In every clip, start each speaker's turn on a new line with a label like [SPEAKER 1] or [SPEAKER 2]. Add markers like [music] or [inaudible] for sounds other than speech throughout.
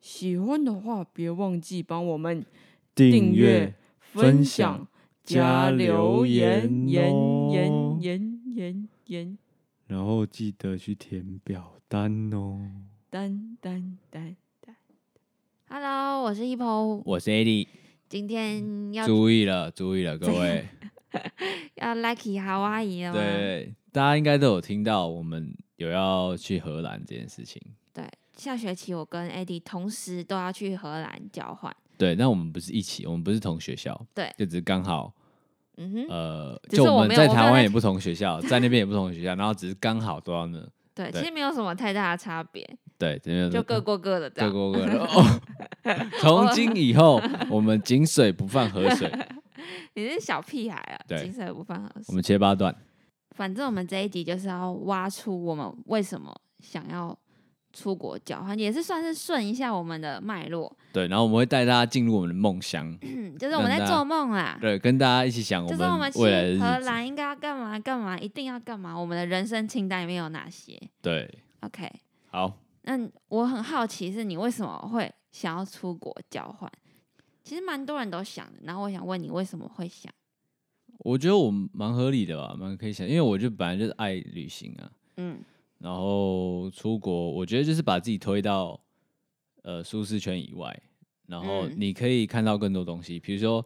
[SPEAKER 1] 喜欢的话，别忘记帮我们
[SPEAKER 2] 订
[SPEAKER 1] 阅
[SPEAKER 2] 阅、
[SPEAKER 1] 分
[SPEAKER 2] 分
[SPEAKER 1] 享
[SPEAKER 2] 享、
[SPEAKER 1] 加
[SPEAKER 2] 加
[SPEAKER 1] 留
[SPEAKER 2] 留
[SPEAKER 1] 言、
[SPEAKER 2] 言
[SPEAKER 1] 言
[SPEAKER 2] 哦
[SPEAKER 1] 言言言言，
[SPEAKER 2] 然后记得去填表单哦。
[SPEAKER 1] 单单单单。
[SPEAKER 3] Hello，我是 Hippo，
[SPEAKER 4] 我是 AD，
[SPEAKER 3] 今天要
[SPEAKER 4] 注意了，注意了，各位，
[SPEAKER 3] 要 Lucky 好阿姨了吗？
[SPEAKER 4] 对，大家应该都有听到我们有要去荷兰这件事情。
[SPEAKER 3] 对下学期我跟 Eddie 同时都要去荷兰交换。
[SPEAKER 4] 对，那我们不是一起，我们不是同学校，
[SPEAKER 3] 对
[SPEAKER 4] 就只是刚好，
[SPEAKER 3] 嗯哼，
[SPEAKER 4] 呃，
[SPEAKER 3] 只是
[SPEAKER 4] 就
[SPEAKER 3] 我
[SPEAKER 4] 们
[SPEAKER 3] 没有
[SPEAKER 4] 在
[SPEAKER 3] 我没有
[SPEAKER 4] 台湾
[SPEAKER 3] 在
[SPEAKER 4] 也不同学校， [laughs] 在那边也不同学校，然后只是刚好都要那，
[SPEAKER 3] 对，
[SPEAKER 4] 对
[SPEAKER 3] 其实没有什么太大的差别，
[SPEAKER 4] 对，真的
[SPEAKER 3] 就各过各的这
[SPEAKER 4] 各
[SPEAKER 3] 样。
[SPEAKER 4] 过
[SPEAKER 3] [laughs]
[SPEAKER 4] 各的。哦，从今以后，我们井水不犯河
[SPEAKER 3] [laughs]
[SPEAKER 4] 水，
[SPEAKER 3] 你是小屁孩啊，
[SPEAKER 4] 对
[SPEAKER 3] 金色不犯合
[SPEAKER 4] 我
[SPEAKER 3] 适。
[SPEAKER 4] 们切八段。
[SPEAKER 3] 反正我们这一集就是要挖出我们为什么想要出国交换，也是算是顺一下我们的脉络。 [clears throat]
[SPEAKER 4] 对，然后我们会带大家进入我们的梦乡，
[SPEAKER 3] 嗯，就是我们
[SPEAKER 4] 让
[SPEAKER 3] 在
[SPEAKER 4] 大家
[SPEAKER 3] 做梦啦。
[SPEAKER 4] 对，跟大家一起想
[SPEAKER 3] 就是我们去
[SPEAKER 4] 未来的日
[SPEAKER 3] 荷
[SPEAKER 4] 子。
[SPEAKER 3] 兰应该要干嘛干嘛，一定要干嘛？我们的人生清单里面有哪些
[SPEAKER 4] 对，
[SPEAKER 3] ？OK，
[SPEAKER 4] 好，
[SPEAKER 3] 那我很好奇是你为什么会想要出国交换？其实蛮多人都想的，然后我想问你为什么会想？
[SPEAKER 4] 我觉得我蛮合理的吧，蛮可以想，因为我就本来就是爱旅行啊，
[SPEAKER 3] 嗯
[SPEAKER 4] 然后出国，我觉得就是把自己推到呃舒适圈以外，然后
[SPEAKER 3] 嗯
[SPEAKER 4] 你可以看到更多东西，比如说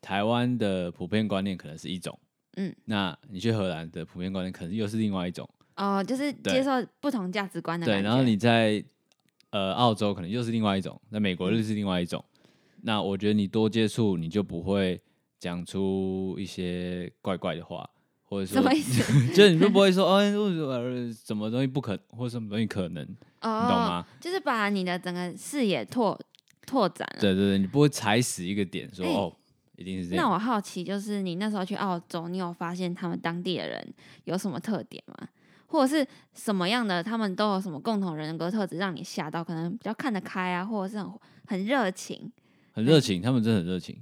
[SPEAKER 4] 台湾的普遍观念可能是一种，
[SPEAKER 3] 嗯，
[SPEAKER 4] 那你去荷兰的普遍观念可能又是另外一种，
[SPEAKER 3] 哦、就是接
[SPEAKER 4] 对
[SPEAKER 3] 受不同价值观的
[SPEAKER 4] 对，
[SPEAKER 3] 感
[SPEAKER 4] 然后
[SPEAKER 3] 觉
[SPEAKER 4] 你在呃澳洲可能又是另外一种，那美国
[SPEAKER 3] 嗯
[SPEAKER 4] 又是另外一种。那我觉得你多接触，你就不会讲出一些怪怪的话，或者
[SPEAKER 3] 什
[SPEAKER 4] 说
[SPEAKER 3] 么意思？
[SPEAKER 4] 就是你就不会说哦，为什么什么东西不可，或什么东西可能，你
[SPEAKER 3] 哦，
[SPEAKER 4] 懂吗？
[SPEAKER 3] [laughs] 就是把你的整个视野拓拓展了。
[SPEAKER 4] 对对对，你不会踩死一个点说、
[SPEAKER 3] 哎
[SPEAKER 4] 哦，一定是这
[SPEAKER 3] 那
[SPEAKER 4] 样。
[SPEAKER 3] 我好奇，就是你那时候去澳洲，你有发现他们当地的人有什么特点吗？或者是什么样的他们都有什么共同人格特质让你吓到？可能比较看得开啊，或者是很很热情，
[SPEAKER 4] 很热情，他们真的很热情，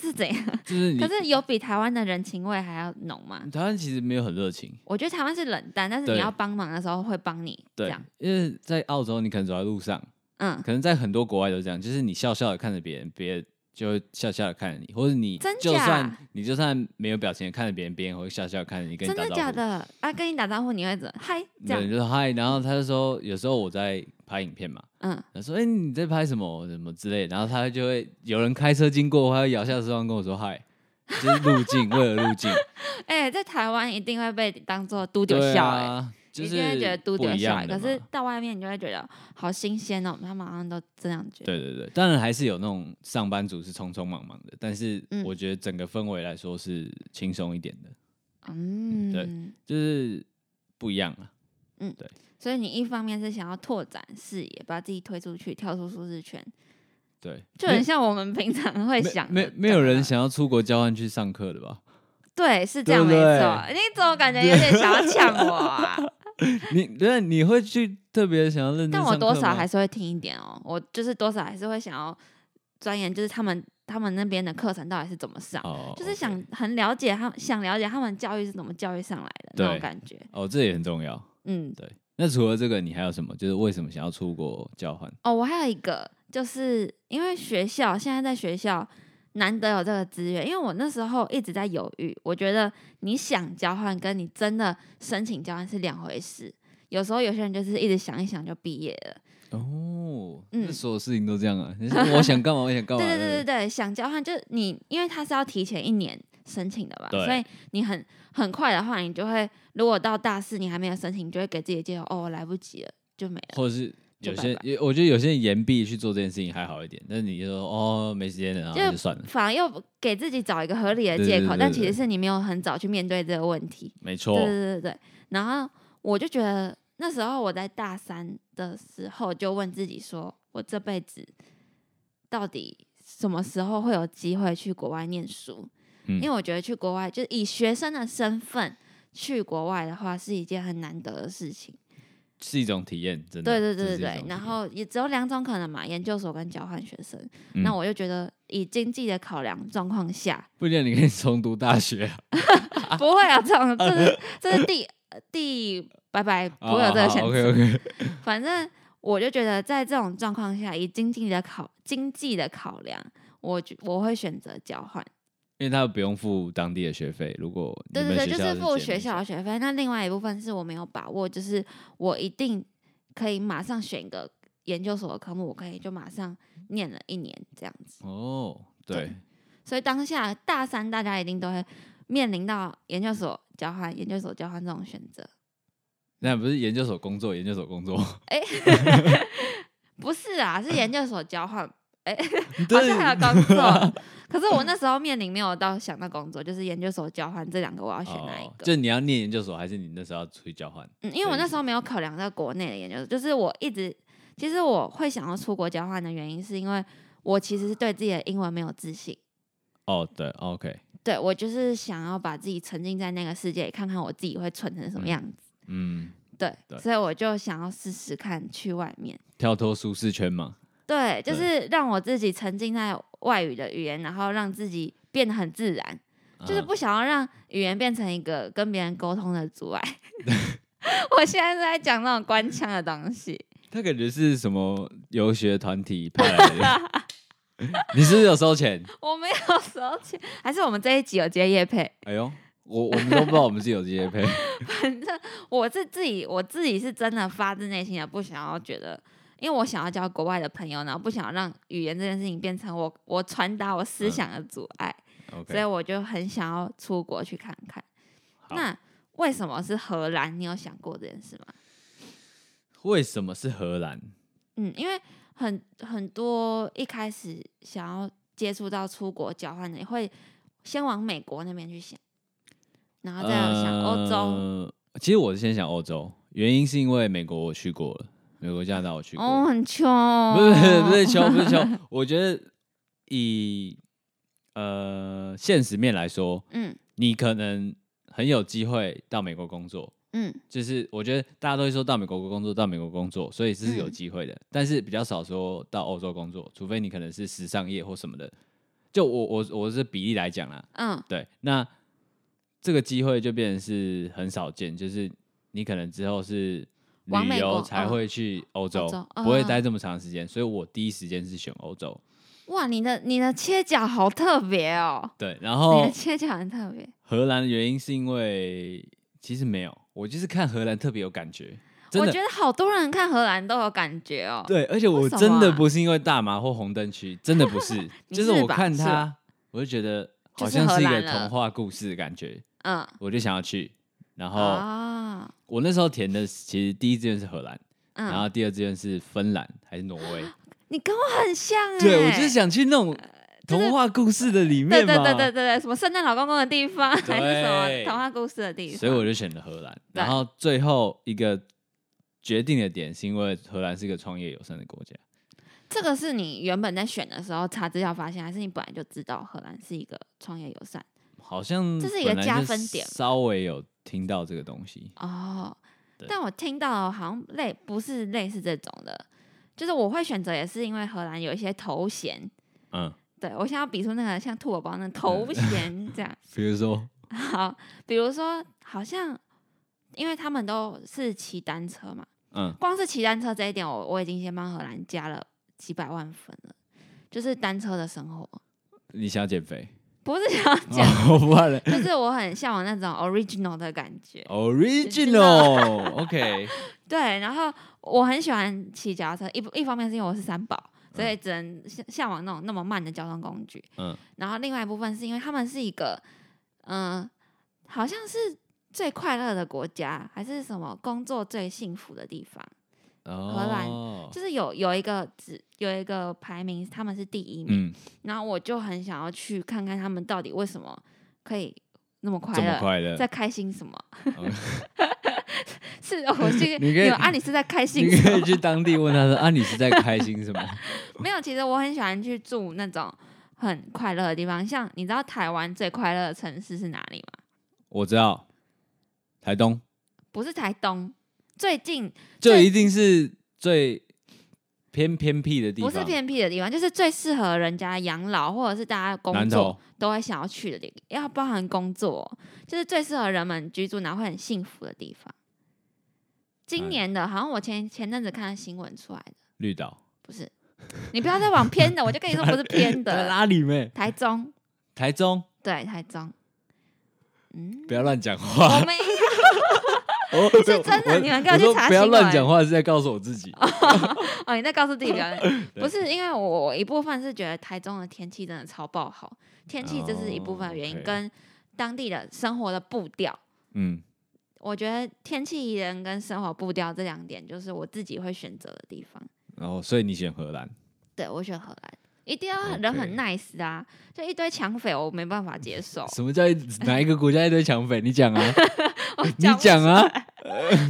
[SPEAKER 3] 是怎样？
[SPEAKER 4] 就是你
[SPEAKER 3] 可是有比台湾的人情味还要浓吗？
[SPEAKER 4] 台湾其实没有很热情，
[SPEAKER 3] 我觉得台湾是冷淡，但是
[SPEAKER 4] 对
[SPEAKER 3] 你要帮忙的时候会帮你，这
[SPEAKER 4] 对
[SPEAKER 3] 样，，
[SPEAKER 4] 因为在澳洲你可能走在路上，
[SPEAKER 3] 嗯，
[SPEAKER 4] 可能在很多国外都是这样，就是你笑笑的看着别人，别人就会笑笑的看着你，或者你
[SPEAKER 3] 真假
[SPEAKER 4] 就算你就算没有表情地看着别人，别人会笑笑地看着你，跟你
[SPEAKER 3] 真
[SPEAKER 4] 打
[SPEAKER 3] 的
[SPEAKER 4] 招呼。
[SPEAKER 3] 假的？啊，跟你打招呼你会怎嗨这
[SPEAKER 4] 对，你
[SPEAKER 3] 样？
[SPEAKER 4] 就说嗨，然后他就说，有时候我在拍影片嘛，
[SPEAKER 3] 嗯，
[SPEAKER 4] 他说，哎、你在拍什么什么之类的，然后他就会有人开车经过，他会摇下车窗跟我说嗨，就是路径，为了路径，
[SPEAKER 3] 哎、在台湾一定会被当做 [laughs] 嘟丢
[SPEAKER 4] 对
[SPEAKER 3] 笑、哎、
[SPEAKER 4] 啊，就
[SPEAKER 3] 你
[SPEAKER 4] 是
[SPEAKER 3] 就会觉得嘟
[SPEAKER 4] 不
[SPEAKER 3] 丢
[SPEAKER 4] 一
[SPEAKER 3] 笑
[SPEAKER 4] 样
[SPEAKER 3] 欸，
[SPEAKER 4] 的
[SPEAKER 3] 可是
[SPEAKER 4] 嘛
[SPEAKER 3] 到外面你就会觉得好新鲜哦，他们好像都这样觉得。
[SPEAKER 4] 对对对，当然还是有那种上班族是匆匆忙忙的，但是
[SPEAKER 3] 嗯
[SPEAKER 4] 我觉得整个氛围来说是轻松一点的。
[SPEAKER 3] 嗯，
[SPEAKER 4] 对就是不一样啊。
[SPEAKER 3] 所以你一方面是想要拓展视野，把自己推出去，跳出舒适圈，
[SPEAKER 4] 对，
[SPEAKER 3] 就很像我们平常会
[SPEAKER 4] 没
[SPEAKER 3] 想的
[SPEAKER 4] 没没有人想要出国交换去上课的吧？ [laughs]
[SPEAKER 3] 对，是这样没
[SPEAKER 4] 对不对
[SPEAKER 3] 错。你怎么感觉有点想要抢我
[SPEAKER 4] [laughs]
[SPEAKER 3] 啊？
[SPEAKER 4] 你对，啊你会去特别想要认真
[SPEAKER 3] 但
[SPEAKER 4] 上课
[SPEAKER 3] 我
[SPEAKER 4] 吗，
[SPEAKER 3] 多少还是会听一点哦，我就是多少还是会想要钻研，就是他们他们那边的课程到底是怎么上，
[SPEAKER 4] 哦，
[SPEAKER 3] 就是
[SPEAKER 4] OK
[SPEAKER 3] 想很了解他，想了解他们教育是怎么教育上来的那种
[SPEAKER 4] 对
[SPEAKER 3] 感觉。
[SPEAKER 4] 哦，这也很重要。
[SPEAKER 3] 嗯，
[SPEAKER 4] 对，那除了这个，你还有什么？就是为什么想要出国交换？
[SPEAKER 3] 哦，我还有一个，就是因为学校现在在学校难得有这个资源，因为我那时候一直在犹豫，我觉得你想交换跟你真的申请交换是两回事。有时候有些人就是一直想一想就毕业了，
[SPEAKER 4] 哦，
[SPEAKER 3] 嗯
[SPEAKER 4] 那所有事情都这样啊。你说我想干嘛，我想干嘛。
[SPEAKER 3] 对对对对
[SPEAKER 4] 对
[SPEAKER 3] 对，想交换就是你，因为他是要提前一年申请的吧，
[SPEAKER 4] 对
[SPEAKER 3] 所以你很很快的话，你就会如果到大四你还没有申请，你就会给自己的借口，哦，我来不及了，就没了。
[SPEAKER 4] 或者是有
[SPEAKER 3] 就拜
[SPEAKER 4] 些
[SPEAKER 3] 拜，
[SPEAKER 4] 也我觉得有些人言必去做这件事情还好一点，但是你就说哦没时间了，然后
[SPEAKER 3] 就
[SPEAKER 4] 就算了，
[SPEAKER 3] 反而又给自己找一个合理的
[SPEAKER 4] 对
[SPEAKER 3] 借
[SPEAKER 4] 对
[SPEAKER 3] 口，
[SPEAKER 4] 对
[SPEAKER 3] 但
[SPEAKER 4] 对
[SPEAKER 3] 其实
[SPEAKER 4] 对
[SPEAKER 3] 是你没有很早去面对这个问题。
[SPEAKER 4] 没
[SPEAKER 3] 对
[SPEAKER 4] 错，
[SPEAKER 3] 对对对对。然后我就觉得那时候我在大三的时候就问自己说，我这辈子到底什么时候会有机会去国外念书？
[SPEAKER 4] 嗯
[SPEAKER 3] 因为我觉得去国外就是以学生的身份去国外的话是一件很难得的事情。
[SPEAKER 4] 是一种体验，真的。
[SPEAKER 3] 对对
[SPEAKER 4] 这
[SPEAKER 3] 对对
[SPEAKER 4] 是一种
[SPEAKER 3] 对
[SPEAKER 4] 体，验
[SPEAKER 3] 然后也只有两种可能嘛，研究所跟交换学生。
[SPEAKER 4] 嗯
[SPEAKER 3] 那我就觉得，以经济的考量状况
[SPEAKER 4] [laughs]
[SPEAKER 3] 下，
[SPEAKER 4] 不一定你可以重读大学啊，
[SPEAKER 3] 不会有啊这种，这是这是第第拜拜，不会有这
[SPEAKER 4] 啊
[SPEAKER 3] 个选择。
[SPEAKER 4] OK OK，
[SPEAKER 3] 反正我就觉得，在这种状况下，以经济的考经济的考量，我觉我会选择交换。
[SPEAKER 4] 因为他不用付当地的学费，如果你
[SPEAKER 3] 对
[SPEAKER 4] 们
[SPEAKER 3] 对对，
[SPEAKER 4] 学
[SPEAKER 3] 就
[SPEAKER 4] 校
[SPEAKER 3] 是付学
[SPEAKER 4] 建立
[SPEAKER 3] 校的学费。那另外一部分是我没有把握，就是我一定可以马上选一个研究所的科目，我可以就马上念了一年这样子。
[SPEAKER 4] 哦，对
[SPEAKER 3] 对，所以当下大三大家一定都会面临到研究所交换、研究所交换这种选择。
[SPEAKER 4] 那不是研究所工作，研究所
[SPEAKER 3] [laughs]
[SPEAKER 4] 工作，
[SPEAKER 3] 不是啊，是研究所交换，好
[SPEAKER 4] 对
[SPEAKER 3] 像还有工
[SPEAKER 4] [laughs]
[SPEAKER 3] 作。可是我那时候面临没有到想到工作，就是研究所交换这两个我要选哪一
[SPEAKER 4] 哦
[SPEAKER 3] 个？
[SPEAKER 4] 就你要念研究所，还是你那时候要出去交换？
[SPEAKER 3] 嗯，因为我那时候没有考量到国内的研究所，就是我一直其实我会想要出国交换的原因，是因为我其实是对自己的英文没有自信，
[SPEAKER 4] 哦，对，OK，
[SPEAKER 3] 对我就是想要把自己沉浸在那个世界里，看看我自己会蠢成什么
[SPEAKER 4] 嗯
[SPEAKER 3] 样子。
[SPEAKER 4] 嗯，
[SPEAKER 3] 对，
[SPEAKER 4] 对
[SPEAKER 3] 所以我就想要试试看去外面，
[SPEAKER 4] 跳脱舒适圈嘛，
[SPEAKER 3] 对，就
[SPEAKER 4] 对
[SPEAKER 3] 是让我自己沉浸在外语的语言，然后让自己变得很自然，就是
[SPEAKER 4] 嗯
[SPEAKER 3] 不想要让语言变成一个跟别人沟通的阻碍。 [laughs] 我现在是在讲那种官腔的东西，
[SPEAKER 4] 他感觉是什么游学团体派来
[SPEAKER 3] [laughs]
[SPEAKER 4] 的？你是不是有收钱？
[SPEAKER 3] 我没有收钱，还是我们这一集有接叶配？ [laughs]
[SPEAKER 4] 哎呦，我我们都不知道我们是有这些配， [laughs]
[SPEAKER 3] 反正我是自己，我自己是真的发自内心的不想要觉得，因为我想要交国外的朋友，然后不想要让语言这件事情变成我我传达我思
[SPEAKER 4] 嗯
[SPEAKER 3] 想的阻碍，所以
[SPEAKER 4] OK，
[SPEAKER 3] 我就很想要出国去看看。
[SPEAKER 4] 好
[SPEAKER 3] 那为什么是荷兰？你有想过这件事吗？
[SPEAKER 4] 为什么是荷兰？
[SPEAKER 3] 嗯，因为很很多一开始想要接触到出国交换的，会先往美国那边去想，然后再啊想欧洲。
[SPEAKER 4] 呃其实我是先想欧洲，原因是因为美国我去过了，美国、加拿大我去过
[SPEAKER 3] 哦，
[SPEAKER 4] 了，
[SPEAKER 3] 很穷，
[SPEAKER 4] [laughs]
[SPEAKER 3] 哦
[SPEAKER 4] 不是不是不是穷不是穷，我觉得以呃现实面来说，
[SPEAKER 3] 嗯
[SPEAKER 4] 你可能很有机会到美国工作。
[SPEAKER 3] 嗯
[SPEAKER 4] 就是我觉得大家都会说到美国工作，到美国工作，所以这是有
[SPEAKER 3] 嗯
[SPEAKER 4] 机会的，但是比较少说到欧洲工作，除非你可能是时尚业或什么的。就我我我是比例来讲啦，
[SPEAKER 3] 嗯
[SPEAKER 4] 对，那这个机会就变成是很少见，就是你可能之后是
[SPEAKER 3] 往
[SPEAKER 4] 旅
[SPEAKER 3] 美
[SPEAKER 4] 游
[SPEAKER 3] 国
[SPEAKER 4] 才
[SPEAKER 3] 嗯
[SPEAKER 4] 会去欧洲，
[SPEAKER 3] 洲
[SPEAKER 4] 不会
[SPEAKER 3] 嗯
[SPEAKER 4] 待这么长时间，所以我第一时间是选欧洲。
[SPEAKER 3] 哇，你的你的切角好特别哦，
[SPEAKER 4] 对，然
[SPEAKER 3] 你
[SPEAKER 4] 后
[SPEAKER 3] 的切角很特别。
[SPEAKER 4] 荷兰的原因是因为其实没有，我就是看荷兰特别有感觉， [laughs] 真
[SPEAKER 3] 我
[SPEAKER 4] 的
[SPEAKER 3] 觉。得好多人看荷兰都有感觉哦。
[SPEAKER 4] 对，而且我
[SPEAKER 3] 为什
[SPEAKER 4] 真的
[SPEAKER 3] 么啊
[SPEAKER 4] 不是因为大麻或红灯区，真的不是，
[SPEAKER 3] [laughs] 你
[SPEAKER 4] 就是我
[SPEAKER 3] 吧
[SPEAKER 4] 看
[SPEAKER 3] 是
[SPEAKER 4] 它，我就觉得好
[SPEAKER 3] 就是
[SPEAKER 4] 像
[SPEAKER 3] 荷
[SPEAKER 4] 是一个
[SPEAKER 3] 兰了
[SPEAKER 4] 童话故事的感觉，
[SPEAKER 3] 嗯
[SPEAKER 4] 我就想要去。然后、
[SPEAKER 3] 啊
[SPEAKER 4] 我那时候填的其实第一志愿是荷兰，然
[SPEAKER 3] 嗯，
[SPEAKER 4] 后第二志愿是芬兰还是挪
[SPEAKER 3] [laughs]
[SPEAKER 4] 威？
[SPEAKER 3] 你跟我很像哎。
[SPEAKER 4] 对，我就是想去那种
[SPEAKER 3] 就是
[SPEAKER 4] 童话故事的里
[SPEAKER 3] 对
[SPEAKER 4] 面嘛。
[SPEAKER 3] 对对对对对，什么圣诞老公公的地方，还是什么
[SPEAKER 4] 对
[SPEAKER 3] 童话故事的地方？
[SPEAKER 4] 所以我就选了荷兰。
[SPEAKER 3] 对
[SPEAKER 4] 然后最后一个决定的点是因为荷兰是一个创业友善的国家。
[SPEAKER 3] 这个是你原本在选的时候查资料发现，还是你本来就知道荷兰是一个创业友善？
[SPEAKER 4] 好像
[SPEAKER 3] 这是一个
[SPEAKER 4] 本来就
[SPEAKER 3] 加分点
[SPEAKER 4] 稍微有听到这个东西。
[SPEAKER 3] 哦
[SPEAKER 4] 对，
[SPEAKER 3] 但我听到好像类不是类似这种的，就是我会选择也是因为荷兰有一些头衔。
[SPEAKER 4] 嗯，
[SPEAKER 3] 对我现在要比出那个像兔宝宝那头衔这样， [laughs]
[SPEAKER 4] 比如说，
[SPEAKER 3] 好，比如说好像因为他们都是骑单车嘛，
[SPEAKER 4] 嗯，
[SPEAKER 3] 光是骑单车这一点我，我已经先帮荷兰加了几百万分了，就是单车的生活，
[SPEAKER 4] 你想要减肥？
[SPEAKER 3] 不是想要讲，
[SPEAKER 4] [laughs] 我不
[SPEAKER 3] [laughs]
[SPEAKER 4] 怕了。
[SPEAKER 3] 就是我很向往那种 original 的感觉。
[SPEAKER 4] Original，OK，
[SPEAKER 3] [laughs] 对，然后我很喜欢骑脚踏车，一不一方面是因为我是三宝，所以只能向向往那种那么慢的交通工具。
[SPEAKER 4] 嗯，
[SPEAKER 3] 然后另外一部分是因为他们是一个，嗯、好像是最快乐的国家，还是什么工作最幸福的地方，
[SPEAKER 4] 荷
[SPEAKER 3] 兰
[SPEAKER 4] 哦
[SPEAKER 3] 就是有有一个只有一个排名，他们是第一名。
[SPEAKER 4] 嗯，
[SPEAKER 3] 然后我就很想要去看看他们到底为什么可以那么快
[SPEAKER 4] 这么
[SPEAKER 3] 乐，
[SPEAKER 4] 快乐，
[SPEAKER 3] 在开心什么？
[SPEAKER 4] 哦
[SPEAKER 3] [laughs] 是， [laughs] 我是
[SPEAKER 4] 你可以
[SPEAKER 3] 有啊，你是在开心
[SPEAKER 4] 你
[SPEAKER 3] 什
[SPEAKER 4] 可
[SPEAKER 3] 么
[SPEAKER 4] 以？去当地问他说：“啊，你是在开心什么 [laughs]
[SPEAKER 3] 没有，其实我很喜欢去住那种很快乐的地方，像你知道台湾最快乐的城市是哪里吗？？”
[SPEAKER 4] 我知道，台东
[SPEAKER 3] 不是台东，最近
[SPEAKER 4] 就
[SPEAKER 3] 对
[SPEAKER 4] 一定是最偏偏僻的地
[SPEAKER 3] 不
[SPEAKER 4] 方，
[SPEAKER 3] 是偏僻的地方，就是最适合人家养老或者是大家工
[SPEAKER 4] 南
[SPEAKER 3] 作
[SPEAKER 4] 投
[SPEAKER 3] 都会想要去的地，要包含工作，就是最适合人们居住，然后会很幸福的地方。今
[SPEAKER 4] 哎
[SPEAKER 3] 年的，好像我前前阵子看新闻出来的，
[SPEAKER 4] 绿岛，
[SPEAKER 3] 不是，你不要再往偏的，我就跟你说不是偏
[SPEAKER 4] 在 [laughs]
[SPEAKER 3] 的，
[SPEAKER 4] 哪里没？
[SPEAKER 3] 台中，
[SPEAKER 4] 台中，
[SPEAKER 3] 对，台中，
[SPEAKER 4] [laughs]
[SPEAKER 3] 嗯，
[SPEAKER 4] 不要乱讲
[SPEAKER 3] 我
[SPEAKER 4] 话。
[SPEAKER 3] 们
[SPEAKER 4] 我
[SPEAKER 3] [laughs] 是真的
[SPEAKER 4] 我
[SPEAKER 3] 你们给我去
[SPEAKER 4] 说
[SPEAKER 3] 查
[SPEAKER 4] 不要
[SPEAKER 3] 新
[SPEAKER 4] 乱
[SPEAKER 3] 闻
[SPEAKER 4] 讲话是在告诉我自己。
[SPEAKER 3] 哦，你在告诉自己不要，
[SPEAKER 4] [laughs] 对
[SPEAKER 3] 不是因为我我一部分是觉得台中的天气真的超爆好，天气这是一部分的原因，
[SPEAKER 4] 哦，OK
[SPEAKER 3] 跟当地的生活的步调，
[SPEAKER 4] 嗯，
[SPEAKER 3] 我觉得天气宜人跟生活步调这两点就是我自己会选择的地方。
[SPEAKER 4] 然后哦所以你选荷兰，
[SPEAKER 3] 对我选荷兰，一定要人很
[SPEAKER 4] OK
[SPEAKER 3] nice 啊，就一堆抢匪我没办法接
[SPEAKER 4] [laughs]，
[SPEAKER 3] 受
[SPEAKER 4] 什么叫一哪一个国家一堆抢匪？你讲啊，
[SPEAKER 3] 我
[SPEAKER 4] 你
[SPEAKER 3] [laughs] 讲不
[SPEAKER 4] 讲啊，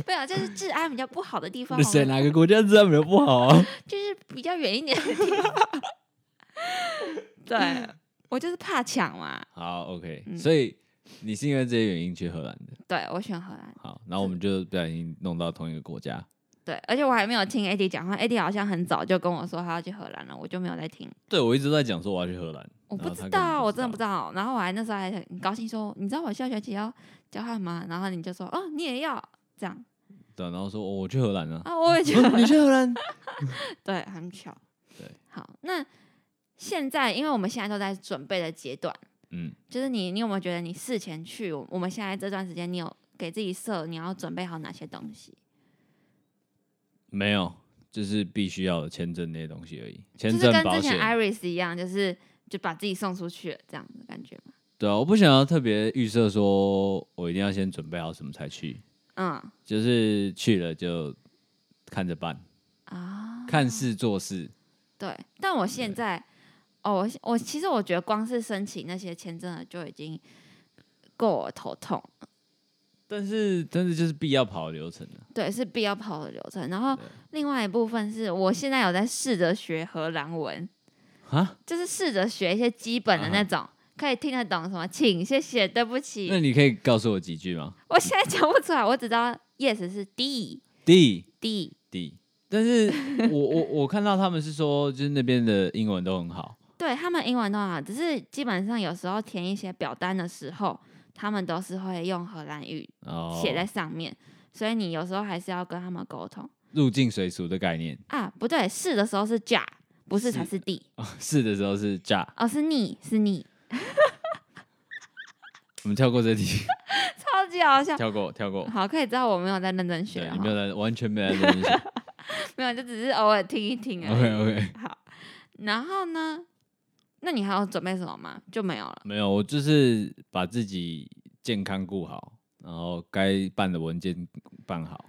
[SPEAKER 3] 出来，就是治安比较不好的地
[SPEAKER 4] [laughs]
[SPEAKER 3] 方，
[SPEAKER 4] 那
[SPEAKER 3] 我
[SPEAKER 4] 谁
[SPEAKER 3] 们
[SPEAKER 4] 哪个国家治安比较不好
[SPEAKER 3] [laughs]
[SPEAKER 4] 啊？
[SPEAKER 3] 就是比较远一点的地
[SPEAKER 4] [laughs]
[SPEAKER 3] 方。对我就是怕抢嘛，
[SPEAKER 4] 好，OK，、
[SPEAKER 3] 嗯
[SPEAKER 4] 所以你是因为这些原因去荷兰的。
[SPEAKER 3] 对我选荷兰。
[SPEAKER 4] 好，然后我们就不小心弄到同一个国家。
[SPEAKER 3] 对，而且我还没有听 AD 讲话，AD 好像很早就跟我说他要去荷兰了，我就没有再听。
[SPEAKER 4] 对，我一直都在讲说我要去荷兰，
[SPEAKER 3] 我不
[SPEAKER 4] 然后
[SPEAKER 3] 知
[SPEAKER 4] 他根本
[SPEAKER 3] 道，
[SPEAKER 4] 不
[SPEAKER 3] 我
[SPEAKER 4] 知
[SPEAKER 3] 真的
[SPEAKER 4] 道
[SPEAKER 3] 不知道。然后我还那时候还很高兴说，你知道我下学期要交换吗？然后你就说，哦，你也要这样
[SPEAKER 4] 对，然后说、哦我去荷兰
[SPEAKER 3] [laughs]
[SPEAKER 4] 啊，
[SPEAKER 3] 啊？我也觉
[SPEAKER 4] [laughs] 嗯你
[SPEAKER 3] 得，
[SPEAKER 4] 去荷兰，
[SPEAKER 3] 对，很巧。
[SPEAKER 4] 对，
[SPEAKER 3] 好，那现在因为我们现在都在准备的阶段，
[SPEAKER 4] 嗯，
[SPEAKER 3] 就是你，你有没有觉得你事前去，我我们现在这段时间，你有给自己设你要准备好哪些东西？
[SPEAKER 4] 没有，就是必须要的签证那些东西而已，
[SPEAKER 3] 就
[SPEAKER 4] 签
[SPEAKER 3] 是
[SPEAKER 4] 证
[SPEAKER 3] 跟
[SPEAKER 4] 保
[SPEAKER 3] 之前
[SPEAKER 4] 险。
[SPEAKER 3] Iris 一样，就是就把自己送出去了这样的感觉吗？
[SPEAKER 4] 对啊，我不想要特别预设说我一定要先准备好什么才去，
[SPEAKER 3] 嗯
[SPEAKER 4] 就是去了就看着办，
[SPEAKER 3] 啊，
[SPEAKER 4] 看事做事。
[SPEAKER 3] 对，但我现在，哦，我现我其实我觉得光是申请那些签证的就已经够我头痛，
[SPEAKER 4] 但是，但是就是必要跑的流程
[SPEAKER 3] [laughs]
[SPEAKER 4] 啊。
[SPEAKER 3] 对，是必要跑的流程。然后
[SPEAKER 4] 对
[SPEAKER 3] 另外一部分是我现在有在试着学荷兰文，
[SPEAKER 4] 啊，
[SPEAKER 3] 就是试着学一些基本的那
[SPEAKER 4] 啊哈
[SPEAKER 3] 种。可以听得懂什么？请、谢谢、对不
[SPEAKER 4] 那
[SPEAKER 3] 起。
[SPEAKER 4] 你可以告诉我几句吗
[SPEAKER 3] 我现在讲不出来，我只知道 yes 是 D
[SPEAKER 4] ？D
[SPEAKER 3] D。
[SPEAKER 4] D，但是我我 [laughs] 我看到他们是说，就是那边的英文都很好。
[SPEAKER 3] 对他们英文都很好，只是基本上有时候填一些表单的时候，他们都是会用荷兰语
[SPEAKER 4] 哦，
[SPEAKER 3] 写在上面，所以你有时候还是要跟他们沟通
[SPEAKER 4] 入境随俗的概念 [laughs]
[SPEAKER 3] 啊。不对，是的时候是 ja，不是才是 d，
[SPEAKER 4] 哦，是的时候是炸。
[SPEAKER 3] 哦是你是你，
[SPEAKER 4] 我们跳过这题，
[SPEAKER 3] 超级好笑。
[SPEAKER 4] 跳过，跳过。
[SPEAKER 3] 好，可以知道我没有在认真学
[SPEAKER 4] 对，
[SPEAKER 3] 了
[SPEAKER 4] 你
[SPEAKER 3] 哈，
[SPEAKER 4] 没有在，完全没有在
[SPEAKER 3] [laughs]
[SPEAKER 4] 认真
[SPEAKER 3] 没有，就只是偶尔听一听
[SPEAKER 4] [laughs]
[SPEAKER 3] 而已。
[SPEAKER 4] OK OK，
[SPEAKER 3] 好，然后呢？那你还要准备什么吗？就没有了。
[SPEAKER 4] 没有，我就是把自己健康顾好，然后该办的文件办好，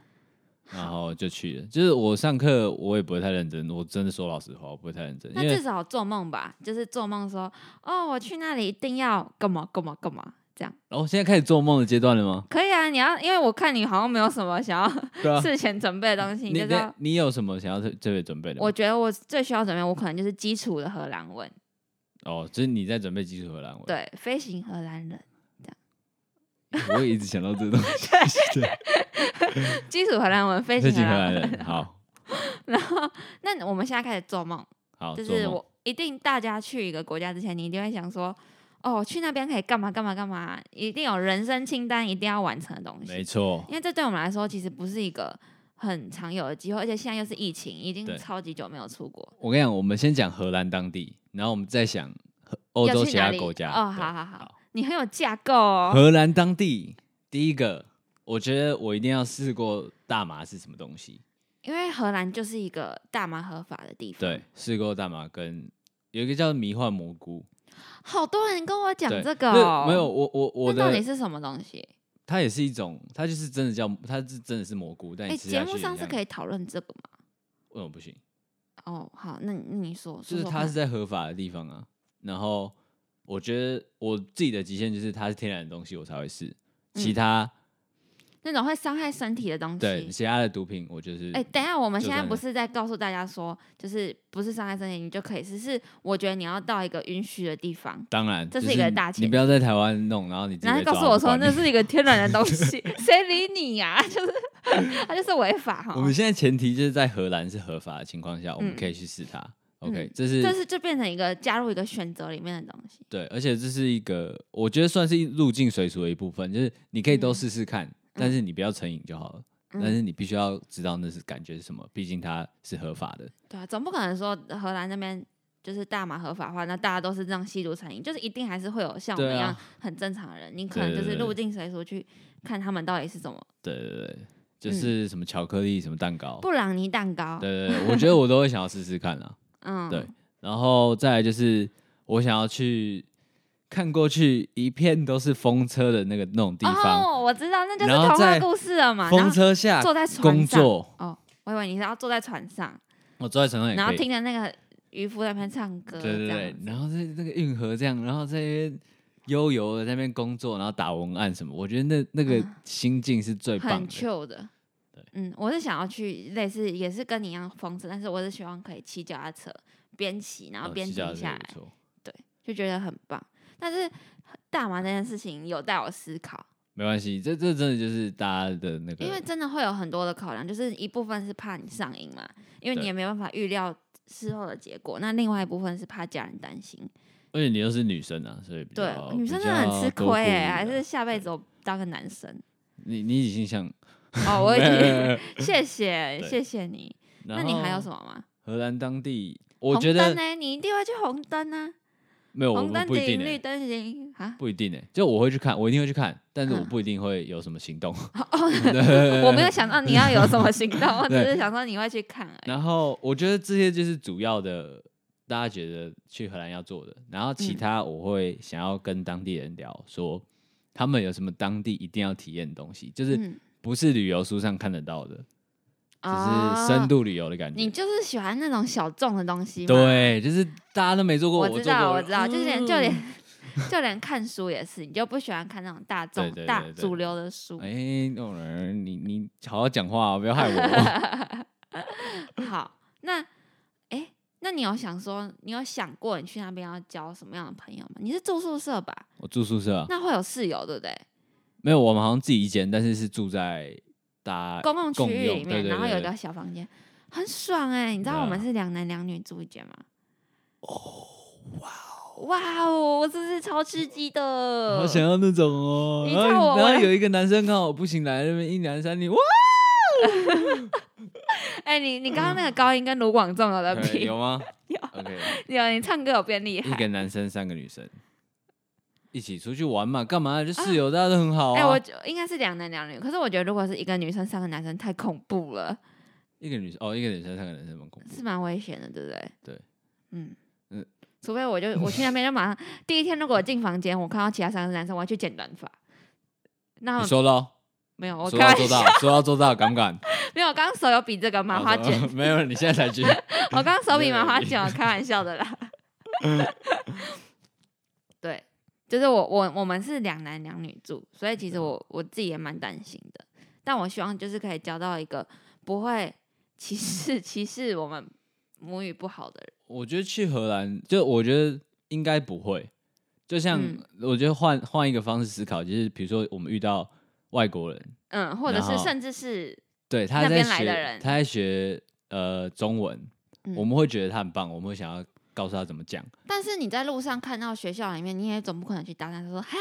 [SPEAKER 4] 然后就去了。就是我上课我也不会太认真，我真的说老实话，我不会太认真，因
[SPEAKER 3] 那
[SPEAKER 4] 为
[SPEAKER 3] 至少做梦吧，就是做梦说，哦，我去那里一定要干嘛干嘛干嘛，这样
[SPEAKER 4] 哦，现在开始做梦的阶段了吗？
[SPEAKER 3] 可以啊。你要，因为我看你好像没有什么想要
[SPEAKER 4] 对啊，
[SPEAKER 3] 事前准备的东西，你
[SPEAKER 4] 你
[SPEAKER 3] 就知道
[SPEAKER 4] 你你有什么想要特特别准备的吗？
[SPEAKER 3] 我觉得我最需要准备，我可能就是基础的荷兰文，
[SPEAKER 4] 哦，就是你在准备基础荷兰文。
[SPEAKER 3] 对，飞行荷兰人，
[SPEAKER 4] 我也一直想到这个
[SPEAKER 3] [laughs]
[SPEAKER 4] 东西。 [laughs]
[SPEAKER 3] 基础荷兰文，飞
[SPEAKER 4] 飞
[SPEAKER 3] 行荷
[SPEAKER 4] 行荷
[SPEAKER 3] 兰
[SPEAKER 4] 兰
[SPEAKER 3] 文。
[SPEAKER 4] 人，好
[SPEAKER 3] 然后，那我们现在开始做梦，
[SPEAKER 4] 好，
[SPEAKER 3] 就
[SPEAKER 4] 哦做
[SPEAKER 3] 是
[SPEAKER 4] 梦
[SPEAKER 3] 我一定大家去一个国家之前，你一定会想说，哦，去那边可以干嘛干嘛干嘛，一定有人生清单一定要完成的东
[SPEAKER 4] 没
[SPEAKER 3] 西，
[SPEAKER 4] 错，
[SPEAKER 3] 因为这对我们来说其实不是一个很常有的机会，而且现在又是疫情，已经
[SPEAKER 4] 对
[SPEAKER 3] 超级久没有出国，
[SPEAKER 4] 我跟你讲，我们先讲荷兰当地，然后我们再想荷欧
[SPEAKER 3] 要
[SPEAKER 4] 洲
[SPEAKER 3] 去
[SPEAKER 4] 其
[SPEAKER 3] 哪
[SPEAKER 4] 他
[SPEAKER 3] 里
[SPEAKER 4] 国家。
[SPEAKER 3] 哦，
[SPEAKER 4] 对
[SPEAKER 3] 好好好，你很有架构哦，
[SPEAKER 4] 荷兰当地第一个，我觉得我一定要试过大麻是什么东西。
[SPEAKER 3] 因为荷兰就是一个大麻合法的地方，
[SPEAKER 4] 对，试过大麻跟有一个叫迷幻蘑菇。
[SPEAKER 3] 好多人跟我讲
[SPEAKER 4] 对
[SPEAKER 3] 这个、哦
[SPEAKER 4] 那，没有，我我我
[SPEAKER 3] 那到底
[SPEAKER 4] 的，
[SPEAKER 3] 是什么东西？
[SPEAKER 4] 它也是一种，它就是真的叫，它是真的是蘑菇，但
[SPEAKER 3] 哎、
[SPEAKER 4] 你吃
[SPEAKER 3] 节
[SPEAKER 4] 下
[SPEAKER 3] 目
[SPEAKER 4] 去
[SPEAKER 3] 上是可
[SPEAKER 4] 以，
[SPEAKER 3] 以讨论这个吗？
[SPEAKER 4] 为什么不行？
[SPEAKER 3] 哦，好，那你那你说，
[SPEAKER 4] 就
[SPEAKER 3] 说
[SPEAKER 4] 是
[SPEAKER 3] 说
[SPEAKER 4] 它
[SPEAKER 3] 看
[SPEAKER 4] 是在合法的地方啊。然后我觉得我自己的极限就是它是天然的东西，我才会试。其
[SPEAKER 3] 嗯
[SPEAKER 4] 他、
[SPEAKER 3] 那种会伤害身体的东
[SPEAKER 4] 对
[SPEAKER 3] 西。
[SPEAKER 4] 其他的毒品，我就是
[SPEAKER 3] 哎、等一下，我们
[SPEAKER 4] 就
[SPEAKER 3] 现在
[SPEAKER 4] 算
[SPEAKER 3] 不
[SPEAKER 4] 了
[SPEAKER 3] 是在告诉大家说，就是不是伤害身体你就可以试，是我觉得你要到一个允许的地方，
[SPEAKER 4] 当然，
[SPEAKER 3] 这
[SPEAKER 4] 就是
[SPEAKER 3] 一个大前
[SPEAKER 4] 你不要在台湾弄，然后你自己
[SPEAKER 3] 然后
[SPEAKER 4] 被
[SPEAKER 3] 告
[SPEAKER 4] 抓
[SPEAKER 3] 诉我
[SPEAKER 4] 不
[SPEAKER 3] 说
[SPEAKER 4] 管
[SPEAKER 3] 那
[SPEAKER 4] 你 [laughs]
[SPEAKER 3] 是一个天然的东西，谁理你呀、就是 [laughs] 它就是违法哈
[SPEAKER 4] 我。们现在前提就是在荷兰是合法的情况下，我们
[SPEAKER 3] 嗯
[SPEAKER 4] 可以去试它。
[SPEAKER 3] 嗯
[SPEAKER 4] OK，这是
[SPEAKER 3] 这是就变成一个加入一个选择里面的东西。
[SPEAKER 4] 对，而且这是一个我觉得算是入境随俗的一部分，就是你可以都
[SPEAKER 3] 嗯
[SPEAKER 4] 试试看，但是你不要成瘾就好了。但是
[SPEAKER 3] 嗯，
[SPEAKER 4] 你必须要知道那是感觉是什么，毕竟它是合法的。
[SPEAKER 3] 对啊，总不可能说荷兰那边就是大麻合法化，那大家都是这样吸毒成瘾，就是一定还是会有像我们
[SPEAKER 4] 对
[SPEAKER 3] 一
[SPEAKER 4] 啊
[SPEAKER 3] 样很正常的人。你可能就
[SPEAKER 4] 对
[SPEAKER 3] 是
[SPEAKER 4] 对对
[SPEAKER 3] 入境随俗去看他们到底是怎么。
[SPEAKER 4] 对对对，就
[SPEAKER 3] 嗯
[SPEAKER 4] 是什么巧克力、什么蛋糕，
[SPEAKER 3] 布朗尼蛋糕，
[SPEAKER 4] 哦对对对，我觉得我都会想要试试看啦。
[SPEAKER 3] 嗯，
[SPEAKER 4] 对，然后再来就是我想要去看过去一片都是风车的那个那种地方，
[SPEAKER 3] 哦，我知道，那就是
[SPEAKER 4] 然后
[SPEAKER 3] 童话
[SPEAKER 4] 在
[SPEAKER 3] 故事了嘛。然
[SPEAKER 4] 风
[SPEAKER 3] 后
[SPEAKER 4] 车下
[SPEAKER 3] 坐在船上
[SPEAKER 4] 工作，
[SPEAKER 3] 哦，我以为你是要坐在船上，
[SPEAKER 4] 我坐在船上也
[SPEAKER 3] 然后
[SPEAKER 4] 可以。
[SPEAKER 3] 听着那个渔夫在那边唱歌，
[SPEAKER 4] 对对
[SPEAKER 3] 这
[SPEAKER 4] 对
[SPEAKER 3] 样，子
[SPEAKER 4] 然后在那个运河这样，然后在那边悠游的在那边工作，然后打文案什么，我觉得那那个
[SPEAKER 3] 嗯
[SPEAKER 4] 心境是最棒
[SPEAKER 3] 很
[SPEAKER 4] 的。
[SPEAKER 3] chill 的。嗯，我是想要去类似也是跟你一样风车，但是我是希望可以骑脚踏车，边骑然后
[SPEAKER 4] 嗯
[SPEAKER 3] 啊边
[SPEAKER 4] 骑
[SPEAKER 3] 停
[SPEAKER 4] 脚踏车
[SPEAKER 3] 下
[SPEAKER 4] 也
[SPEAKER 3] 来
[SPEAKER 4] 不，错
[SPEAKER 3] 就觉得很棒。但是大麻这件事情有带我思考，
[SPEAKER 4] 没关系，这这真的就是大家的那个，
[SPEAKER 3] 因为真的会有很多的考量，就是一部分是怕你上瘾嘛，因为你
[SPEAKER 4] 对
[SPEAKER 3] 也没办法预料事后的结果；那另外一部分是怕家人担心。
[SPEAKER 4] 而且你又是女生啊，所以比
[SPEAKER 3] 对
[SPEAKER 4] 较，
[SPEAKER 3] 女生真的很吃亏哎、还是下辈子我当个男生
[SPEAKER 4] 你你已经想，
[SPEAKER 3] 哦。我已经
[SPEAKER 4] [laughs]
[SPEAKER 3] 谢谢
[SPEAKER 4] 对
[SPEAKER 3] 谢谢你，
[SPEAKER 4] 那
[SPEAKER 3] 那你还有什么吗？
[SPEAKER 4] 荷兰当地，
[SPEAKER 3] 红
[SPEAKER 4] 我觉
[SPEAKER 3] 灯
[SPEAKER 4] 得
[SPEAKER 3] 呢、你一定会去红灯啊，
[SPEAKER 4] 没有，我
[SPEAKER 3] 红
[SPEAKER 4] 不
[SPEAKER 3] 灯
[SPEAKER 4] 不一
[SPEAKER 3] 停，
[SPEAKER 4] 定
[SPEAKER 3] 绿
[SPEAKER 4] 欸，
[SPEAKER 3] 灯行啊。
[SPEAKER 4] 不一定哎，就我会去看，我一定会去看，但是我
[SPEAKER 3] 嗯哦
[SPEAKER 4] 不一定会有什么行动。 [laughs]
[SPEAKER 3] 我没有想到你要有什么行动，我只
[SPEAKER 4] 呃对
[SPEAKER 3] 是想说你会去看而已。
[SPEAKER 4] [laughs] 然后我觉得这些就是主要的，大家觉得去荷兰要做的。然后其
[SPEAKER 3] 嗯
[SPEAKER 4] 他我会想要跟当地人聊，说他们有什么当地一定要体验的东西，就是
[SPEAKER 3] 嗯，
[SPEAKER 4] 不是旅游书上看得到的，只
[SPEAKER 3] 哦
[SPEAKER 4] 是深度旅游的感
[SPEAKER 3] 你
[SPEAKER 4] 觉。
[SPEAKER 3] 就是喜欢那种小众的东西嘛。
[SPEAKER 4] 对，就是大家都没做过，
[SPEAKER 3] 我
[SPEAKER 4] 做
[SPEAKER 3] 知
[SPEAKER 4] 过
[SPEAKER 3] 道，
[SPEAKER 4] 了，
[SPEAKER 3] 我知道，就连
[SPEAKER 4] 嗯
[SPEAKER 3] 就连 [laughs] 就连看书也是，你就不喜欢看那种大众
[SPEAKER 4] 对对
[SPEAKER 3] 大
[SPEAKER 4] 对对
[SPEAKER 3] 主流的书。
[SPEAKER 4] 哎，那种人，你你好好讲话、啊，不要害我。 [laughs]
[SPEAKER 3] 好，那哎、诶那你有想说，你有想过你去那边要交什么样的朋友吗？你是住宿舍吧？
[SPEAKER 4] 我住宿舍啊，
[SPEAKER 3] 那会有室友对不对？
[SPEAKER 4] 呃没有，我们好像自己一间，但是是住在大
[SPEAKER 3] 公共区
[SPEAKER 4] 共
[SPEAKER 3] 域
[SPEAKER 4] 用
[SPEAKER 3] 里
[SPEAKER 4] 对
[SPEAKER 3] 面，
[SPEAKER 4] 对
[SPEAKER 3] 然后
[SPEAKER 4] 对
[SPEAKER 3] 有一
[SPEAKER 4] 对
[SPEAKER 3] 个小房间，很爽哎、你知道我们
[SPEAKER 4] 对啊
[SPEAKER 3] 是两男两女住一间吗？哦，哇哦，哇哦，我真是超刺激的！
[SPEAKER 4] 好想要那种哦。
[SPEAKER 3] 你
[SPEAKER 4] 然后
[SPEAKER 3] 看我
[SPEAKER 4] 然
[SPEAKER 3] 我
[SPEAKER 4] 后有一个男生刚好不行来那边一男三女，哇，
[SPEAKER 3] 哎、你你刚刚那个高音跟卢广仲有的
[SPEAKER 4] [laughs]
[SPEAKER 3] 比，
[SPEAKER 4] 嗯有吗？
[SPEAKER 3] 有 [laughs]
[SPEAKER 4] OK，
[SPEAKER 3] 有你唱歌有变厉
[SPEAKER 4] 一
[SPEAKER 3] 害。
[SPEAKER 4] 个男生三个女生一起出去玩嘛，干嘛？就室友大家都很好
[SPEAKER 3] 哎、
[SPEAKER 4] 啊
[SPEAKER 3] 我。觉应该是两男两女，可是我觉得如果是一个女生三个男生太恐怖了，
[SPEAKER 4] 一个女生哦，一个女生三个男生蛮恐怖
[SPEAKER 3] 是。蛮危险的，对不对？
[SPEAKER 4] 对，
[SPEAKER 3] 嗯嗯
[SPEAKER 4] 嗯，
[SPEAKER 3] 除非我
[SPEAKER 4] [laughs]
[SPEAKER 3] 就我去那边就马上第一天，如果我进房间，我看到其他三个男生，我要去剪短发。那
[SPEAKER 4] 你说咯，
[SPEAKER 3] 没啊有，我
[SPEAKER 4] 说
[SPEAKER 3] 开
[SPEAKER 4] 到
[SPEAKER 3] 玩
[SPEAKER 4] 做
[SPEAKER 3] 笑，
[SPEAKER 4] 到，说到做到，敢 [laughs] 不敢？
[SPEAKER 3] 没有，我刚刚手有比这个麻花卷，
[SPEAKER 4] 好 [laughs] 没有，你现在才去。
[SPEAKER 3] 我刚刚手比
[SPEAKER 4] 没
[SPEAKER 3] 麻
[SPEAKER 4] 有
[SPEAKER 3] 花卷，我开玩笑的啦。对，就是我我我们是两男两女住，所以其
[SPEAKER 4] 嗯
[SPEAKER 3] 实我我自己也蛮担心的，但我希望就是可以交到一个不会歧视歧视我们母语不好的人。
[SPEAKER 4] 我觉得去荷兰，就我觉得应该不会。就像
[SPEAKER 3] 嗯
[SPEAKER 4] 我觉得换换一个方式思考，就是比如说我们遇到外国人，
[SPEAKER 3] 嗯，或者
[SPEAKER 4] 然
[SPEAKER 3] 是
[SPEAKER 4] 后
[SPEAKER 3] 甚至是
[SPEAKER 4] 对，他
[SPEAKER 3] 那
[SPEAKER 4] 在
[SPEAKER 3] 边来
[SPEAKER 4] 学，
[SPEAKER 3] 的人
[SPEAKER 4] 他在学呃中文，
[SPEAKER 3] 嗯
[SPEAKER 4] 我们会觉得他很棒，我们会想要告诉他怎么讲。
[SPEAKER 3] 但是你在路上看到学校里面，你也总不可能去搭讪他说嗨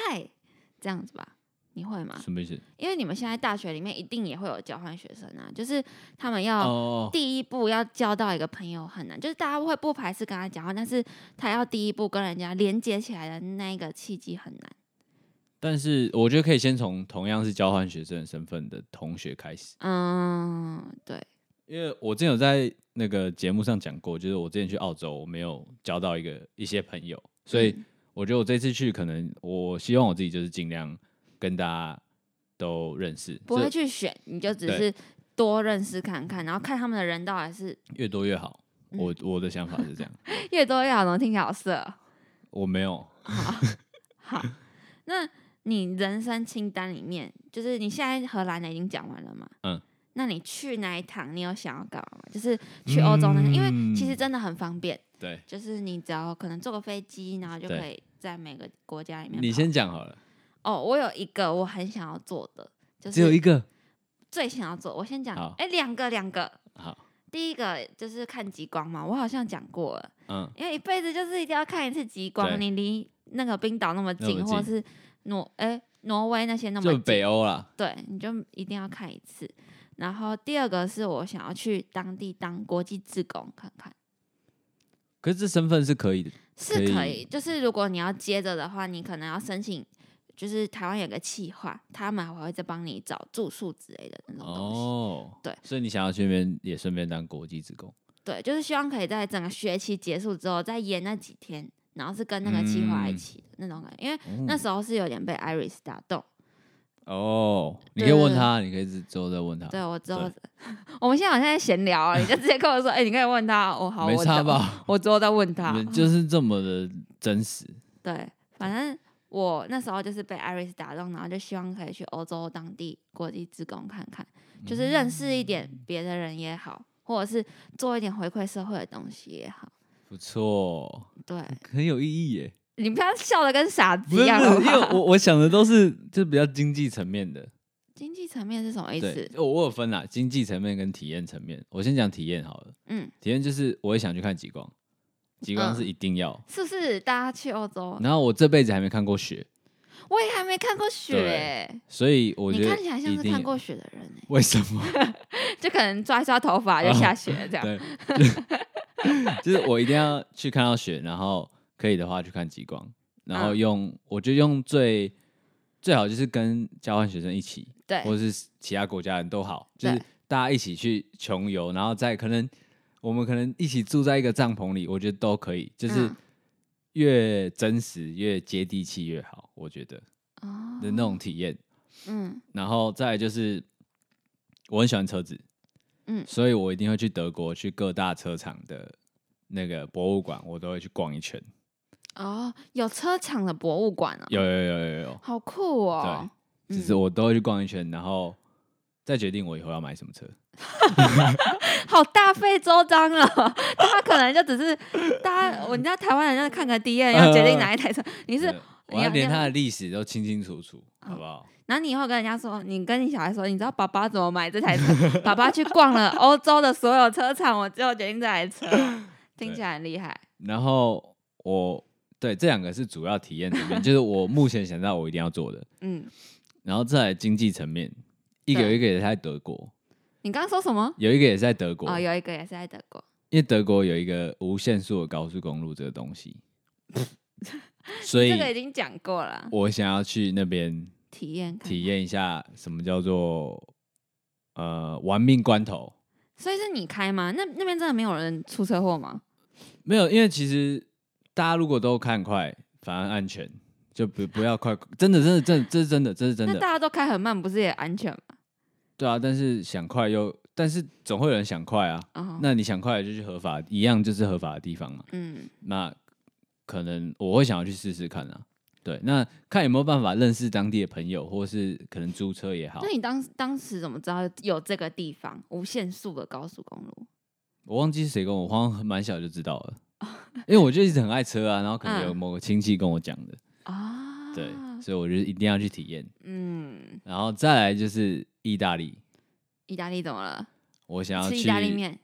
[SPEAKER 3] 这样子吧？你会吗？
[SPEAKER 4] 什么意思？
[SPEAKER 3] 因为你们现在大学里面一定也会有交换学生啊，就是他们
[SPEAKER 4] 哦
[SPEAKER 3] 要
[SPEAKER 4] 哦，哦
[SPEAKER 3] 第一步要交到一个朋友很难，就是大家会不排斥跟他讲话，但是他要第一步跟人家连接起来的那一个契机很难。
[SPEAKER 4] 但是我觉得可以先从同样是交换学生身份的同学开始，
[SPEAKER 3] 嗯，对，
[SPEAKER 4] 因为我之前有在那个节目上讲过，就是我之前去澳洲，我没有交到一个一些朋友，所以
[SPEAKER 3] 嗯
[SPEAKER 4] 我觉得我这次去，可能我希望我自己就是尽量跟大家都认识，
[SPEAKER 3] 不
[SPEAKER 4] 这
[SPEAKER 3] 会去选，你就只
[SPEAKER 4] 对
[SPEAKER 3] 是多认识看看，然后看他们的人到底是 [laughs]
[SPEAKER 4] 越多越好。
[SPEAKER 3] 嗯
[SPEAKER 4] 我我的想法
[SPEAKER 3] [laughs]
[SPEAKER 4] 是这样，
[SPEAKER 3] 越多越好，能听起来好色哦。
[SPEAKER 4] 我没有
[SPEAKER 3] 好，那你人生清单里面，就是你现在荷兰的已经讲完了嘛？
[SPEAKER 4] 嗯。
[SPEAKER 3] 那你去那一趟，你有想要干嘛吗？就是去欧洲那趟，因为其实
[SPEAKER 4] 嗯
[SPEAKER 3] 真的很方便，
[SPEAKER 4] 对。
[SPEAKER 3] 就是你只要可能坐个飞机，然后就
[SPEAKER 4] 对
[SPEAKER 3] 可以在每个国家里面跑。
[SPEAKER 4] 你先讲好了，
[SPEAKER 3] 哦，我有一个我很想要做的，就是
[SPEAKER 4] 只有一个
[SPEAKER 3] 最想要做，我先讲
[SPEAKER 4] 好，
[SPEAKER 3] 哎，两个两个，
[SPEAKER 4] 好，
[SPEAKER 3] 第一个就是看极光嘛，我好像讲过了，
[SPEAKER 4] 嗯，
[SPEAKER 3] 因为一辈子就是一定要看一次极光，
[SPEAKER 4] 对
[SPEAKER 3] 你离那个冰岛那么
[SPEAKER 4] 那
[SPEAKER 3] 近，
[SPEAKER 4] 么
[SPEAKER 3] 或
[SPEAKER 4] 近
[SPEAKER 3] 是挪哎、挪威那些那么
[SPEAKER 4] 就
[SPEAKER 3] 近，
[SPEAKER 4] 北欧啦，
[SPEAKER 3] 对，你就一定要看一次。然后第二个是我想要去当地当国际志工看看，
[SPEAKER 4] 可是这身份是可以的，
[SPEAKER 3] 是
[SPEAKER 4] 可
[SPEAKER 3] 可
[SPEAKER 4] 以
[SPEAKER 3] 以，就是如果你要接着的话，你可能要申请，就是台湾有个企划，他们还会再帮你找住宿之类的那种东西。
[SPEAKER 4] 哦，
[SPEAKER 3] 对，
[SPEAKER 4] 所以你想要去那边也顺便当国际职工，
[SPEAKER 3] 对，就是希望可以在整个学期结束之后再延那几天，然后是跟那个企划一
[SPEAKER 4] 嗯
[SPEAKER 3] 起的那种感觉，因为
[SPEAKER 4] 哦
[SPEAKER 3] 那时候是有点被 Iris 打动。
[SPEAKER 4] 哦，你
[SPEAKER 3] 对
[SPEAKER 4] 可以问
[SPEAKER 3] 对
[SPEAKER 4] 他，你可以之后再问他，
[SPEAKER 3] 对我之后， [laughs] 我们现在好像在闲聊啊，你就直接跟我说，哎、你可以问他，哦，好，
[SPEAKER 4] 没
[SPEAKER 3] 我啊
[SPEAKER 4] 差
[SPEAKER 3] 之后？
[SPEAKER 4] 吧？
[SPEAKER 3] 我之后再问他
[SPEAKER 4] 你。们就是这么的真实，
[SPEAKER 3] 对，反正我那时候就是被 Iris 打动，然后就希望可以去欧洲当地国际职工看看，就是认识一
[SPEAKER 4] 嗯
[SPEAKER 3] 点别的人也好，或者是做一点回馈社会的东西也好。[laughs]
[SPEAKER 4] 不错，
[SPEAKER 3] 对，
[SPEAKER 4] 很有意义耶。
[SPEAKER 3] 你不要笑的跟傻子
[SPEAKER 4] 嗯
[SPEAKER 3] 一
[SPEAKER 4] 不是
[SPEAKER 3] 样
[SPEAKER 4] 不
[SPEAKER 3] 好
[SPEAKER 4] 是，因
[SPEAKER 3] 不
[SPEAKER 4] 为
[SPEAKER 3] 好
[SPEAKER 4] 我我想的都是就比较经济层面的，
[SPEAKER 3] 经济层面是什么意
[SPEAKER 4] 对
[SPEAKER 3] 思，？
[SPEAKER 4] 我我有分啦，经济层面跟体验层面。我先讲体验好了，
[SPEAKER 3] 嗯，
[SPEAKER 4] 体验就是我也想去看极光，极光
[SPEAKER 3] 嗯
[SPEAKER 4] 是一定要。
[SPEAKER 3] 是不是大家去欧洲？
[SPEAKER 4] 然后我这辈子还没看过雪，
[SPEAKER 3] 我也还没看过雪、
[SPEAKER 4] 对
[SPEAKER 3] 欸，
[SPEAKER 4] 所以我
[SPEAKER 3] 你
[SPEAKER 4] 觉得
[SPEAKER 3] 看起来像
[SPEAKER 4] 一
[SPEAKER 3] 是
[SPEAKER 4] 定
[SPEAKER 3] 看过雪的人、欸，
[SPEAKER 4] 为什么？
[SPEAKER 3] 就可能抓一抓头
[SPEAKER 4] [laughs]
[SPEAKER 3] 发就下雪这样。
[SPEAKER 4] 对， [laughs] 就是我一定要去看到雪，然后可以的话去看极光，然后
[SPEAKER 3] 嗯
[SPEAKER 4] 用、我就用最最好就是跟交换学生一起，
[SPEAKER 3] 对
[SPEAKER 4] 或者是其他国家人都好，就是
[SPEAKER 3] 对
[SPEAKER 4] 大家一起去穷游，然后再可能我们可能一起住在一个帐篷里，我觉得都可以，就是
[SPEAKER 3] 嗯
[SPEAKER 4] 越真实越接地气越好，我觉得
[SPEAKER 3] 哦
[SPEAKER 4] 的那种体验。
[SPEAKER 3] 嗯
[SPEAKER 4] 然后再来就是我很喜欢车子，
[SPEAKER 3] 嗯
[SPEAKER 4] 所以我一定会去德国去各大车厂的那个博物馆，我都会去逛一圈。
[SPEAKER 3] 哦，有车厂的博物馆哦，
[SPEAKER 4] 有有有有有，
[SPEAKER 3] 好酷哦！
[SPEAKER 4] 对，就是我都会去逛一圈，然后再决定我以后要买什么车。
[SPEAKER 3] 好大费周章了， [laughs] 大家可能就只是大家，我你知道台湾人就看个 D N 要决定哪一
[SPEAKER 4] [laughs]
[SPEAKER 3] 台车，你是
[SPEAKER 4] 对，我
[SPEAKER 3] 你
[SPEAKER 4] 要
[SPEAKER 3] 要
[SPEAKER 4] 连
[SPEAKER 3] 要
[SPEAKER 4] 它的历史都清清楚楚，
[SPEAKER 3] 嗯
[SPEAKER 4] 好不好？
[SPEAKER 3] 然后你以后跟人家说，你跟你小孩说，你知道爸爸怎么买这台
[SPEAKER 4] [laughs]
[SPEAKER 3] 车？爸爸去逛了欧洲的所有车厂，我最后决定这台
[SPEAKER 4] [laughs]
[SPEAKER 3] 车，听起来很厉害。
[SPEAKER 4] 然后我对这两个是主要体验层面，就是我目前想到我一定要做的。
[SPEAKER 3] 嗯，
[SPEAKER 4] 然后再来经济层面，一个有
[SPEAKER 3] 对
[SPEAKER 4] 一个也是在德国，
[SPEAKER 3] 你刚刚说什么？
[SPEAKER 4] 有一个也是在德国。
[SPEAKER 3] 哦，有一个也是在德国，
[SPEAKER 4] 因为德国有一个无限速的高速公路这个
[SPEAKER 3] [laughs]
[SPEAKER 4] 东西，所以
[SPEAKER 3] 这个已经讲过了，
[SPEAKER 4] 我想要去那边
[SPEAKER 3] 体验看。
[SPEAKER 4] 体验一下什么叫做呃玩命关头。
[SPEAKER 3] 所以是你开吗？那那边真的没有人出车祸吗？
[SPEAKER 4] 没有，因为其实大家如果都看快，反而安全，就不不要快，真的真的真的这是真的这是真
[SPEAKER 3] 那
[SPEAKER 4] 的
[SPEAKER 3] 大，家都开很慢，不是也安全吗？
[SPEAKER 4] 对啊。但是想快又，但是总会有人想快啊。
[SPEAKER 3] 哦，
[SPEAKER 4] 那你想快就去合法，一样就是合法的地方嘛。
[SPEAKER 3] 嗯，
[SPEAKER 4] 那可能我会想要去试试看啊。对，那看有没有办法认识当地的朋友，或是可能租车也好
[SPEAKER 3] 那。你当当时怎么知道有这个地方无限速的高速公路？
[SPEAKER 4] 我忘记是谁跟我，好像蛮小就知道了，因为我就一直很爱车啊，然后可能有
[SPEAKER 3] 哦嗯
[SPEAKER 4] 某个亲戚跟我讲的，
[SPEAKER 3] 啊，
[SPEAKER 4] 对，所以我就一定要去体验。
[SPEAKER 3] 嗯，
[SPEAKER 4] 然后再来就是意大利，
[SPEAKER 3] 意大利怎么了？
[SPEAKER 4] 我想要
[SPEAKER 3] 吃
[SPEAKER 4] 去
[SPEAKER 3] 意大利，面，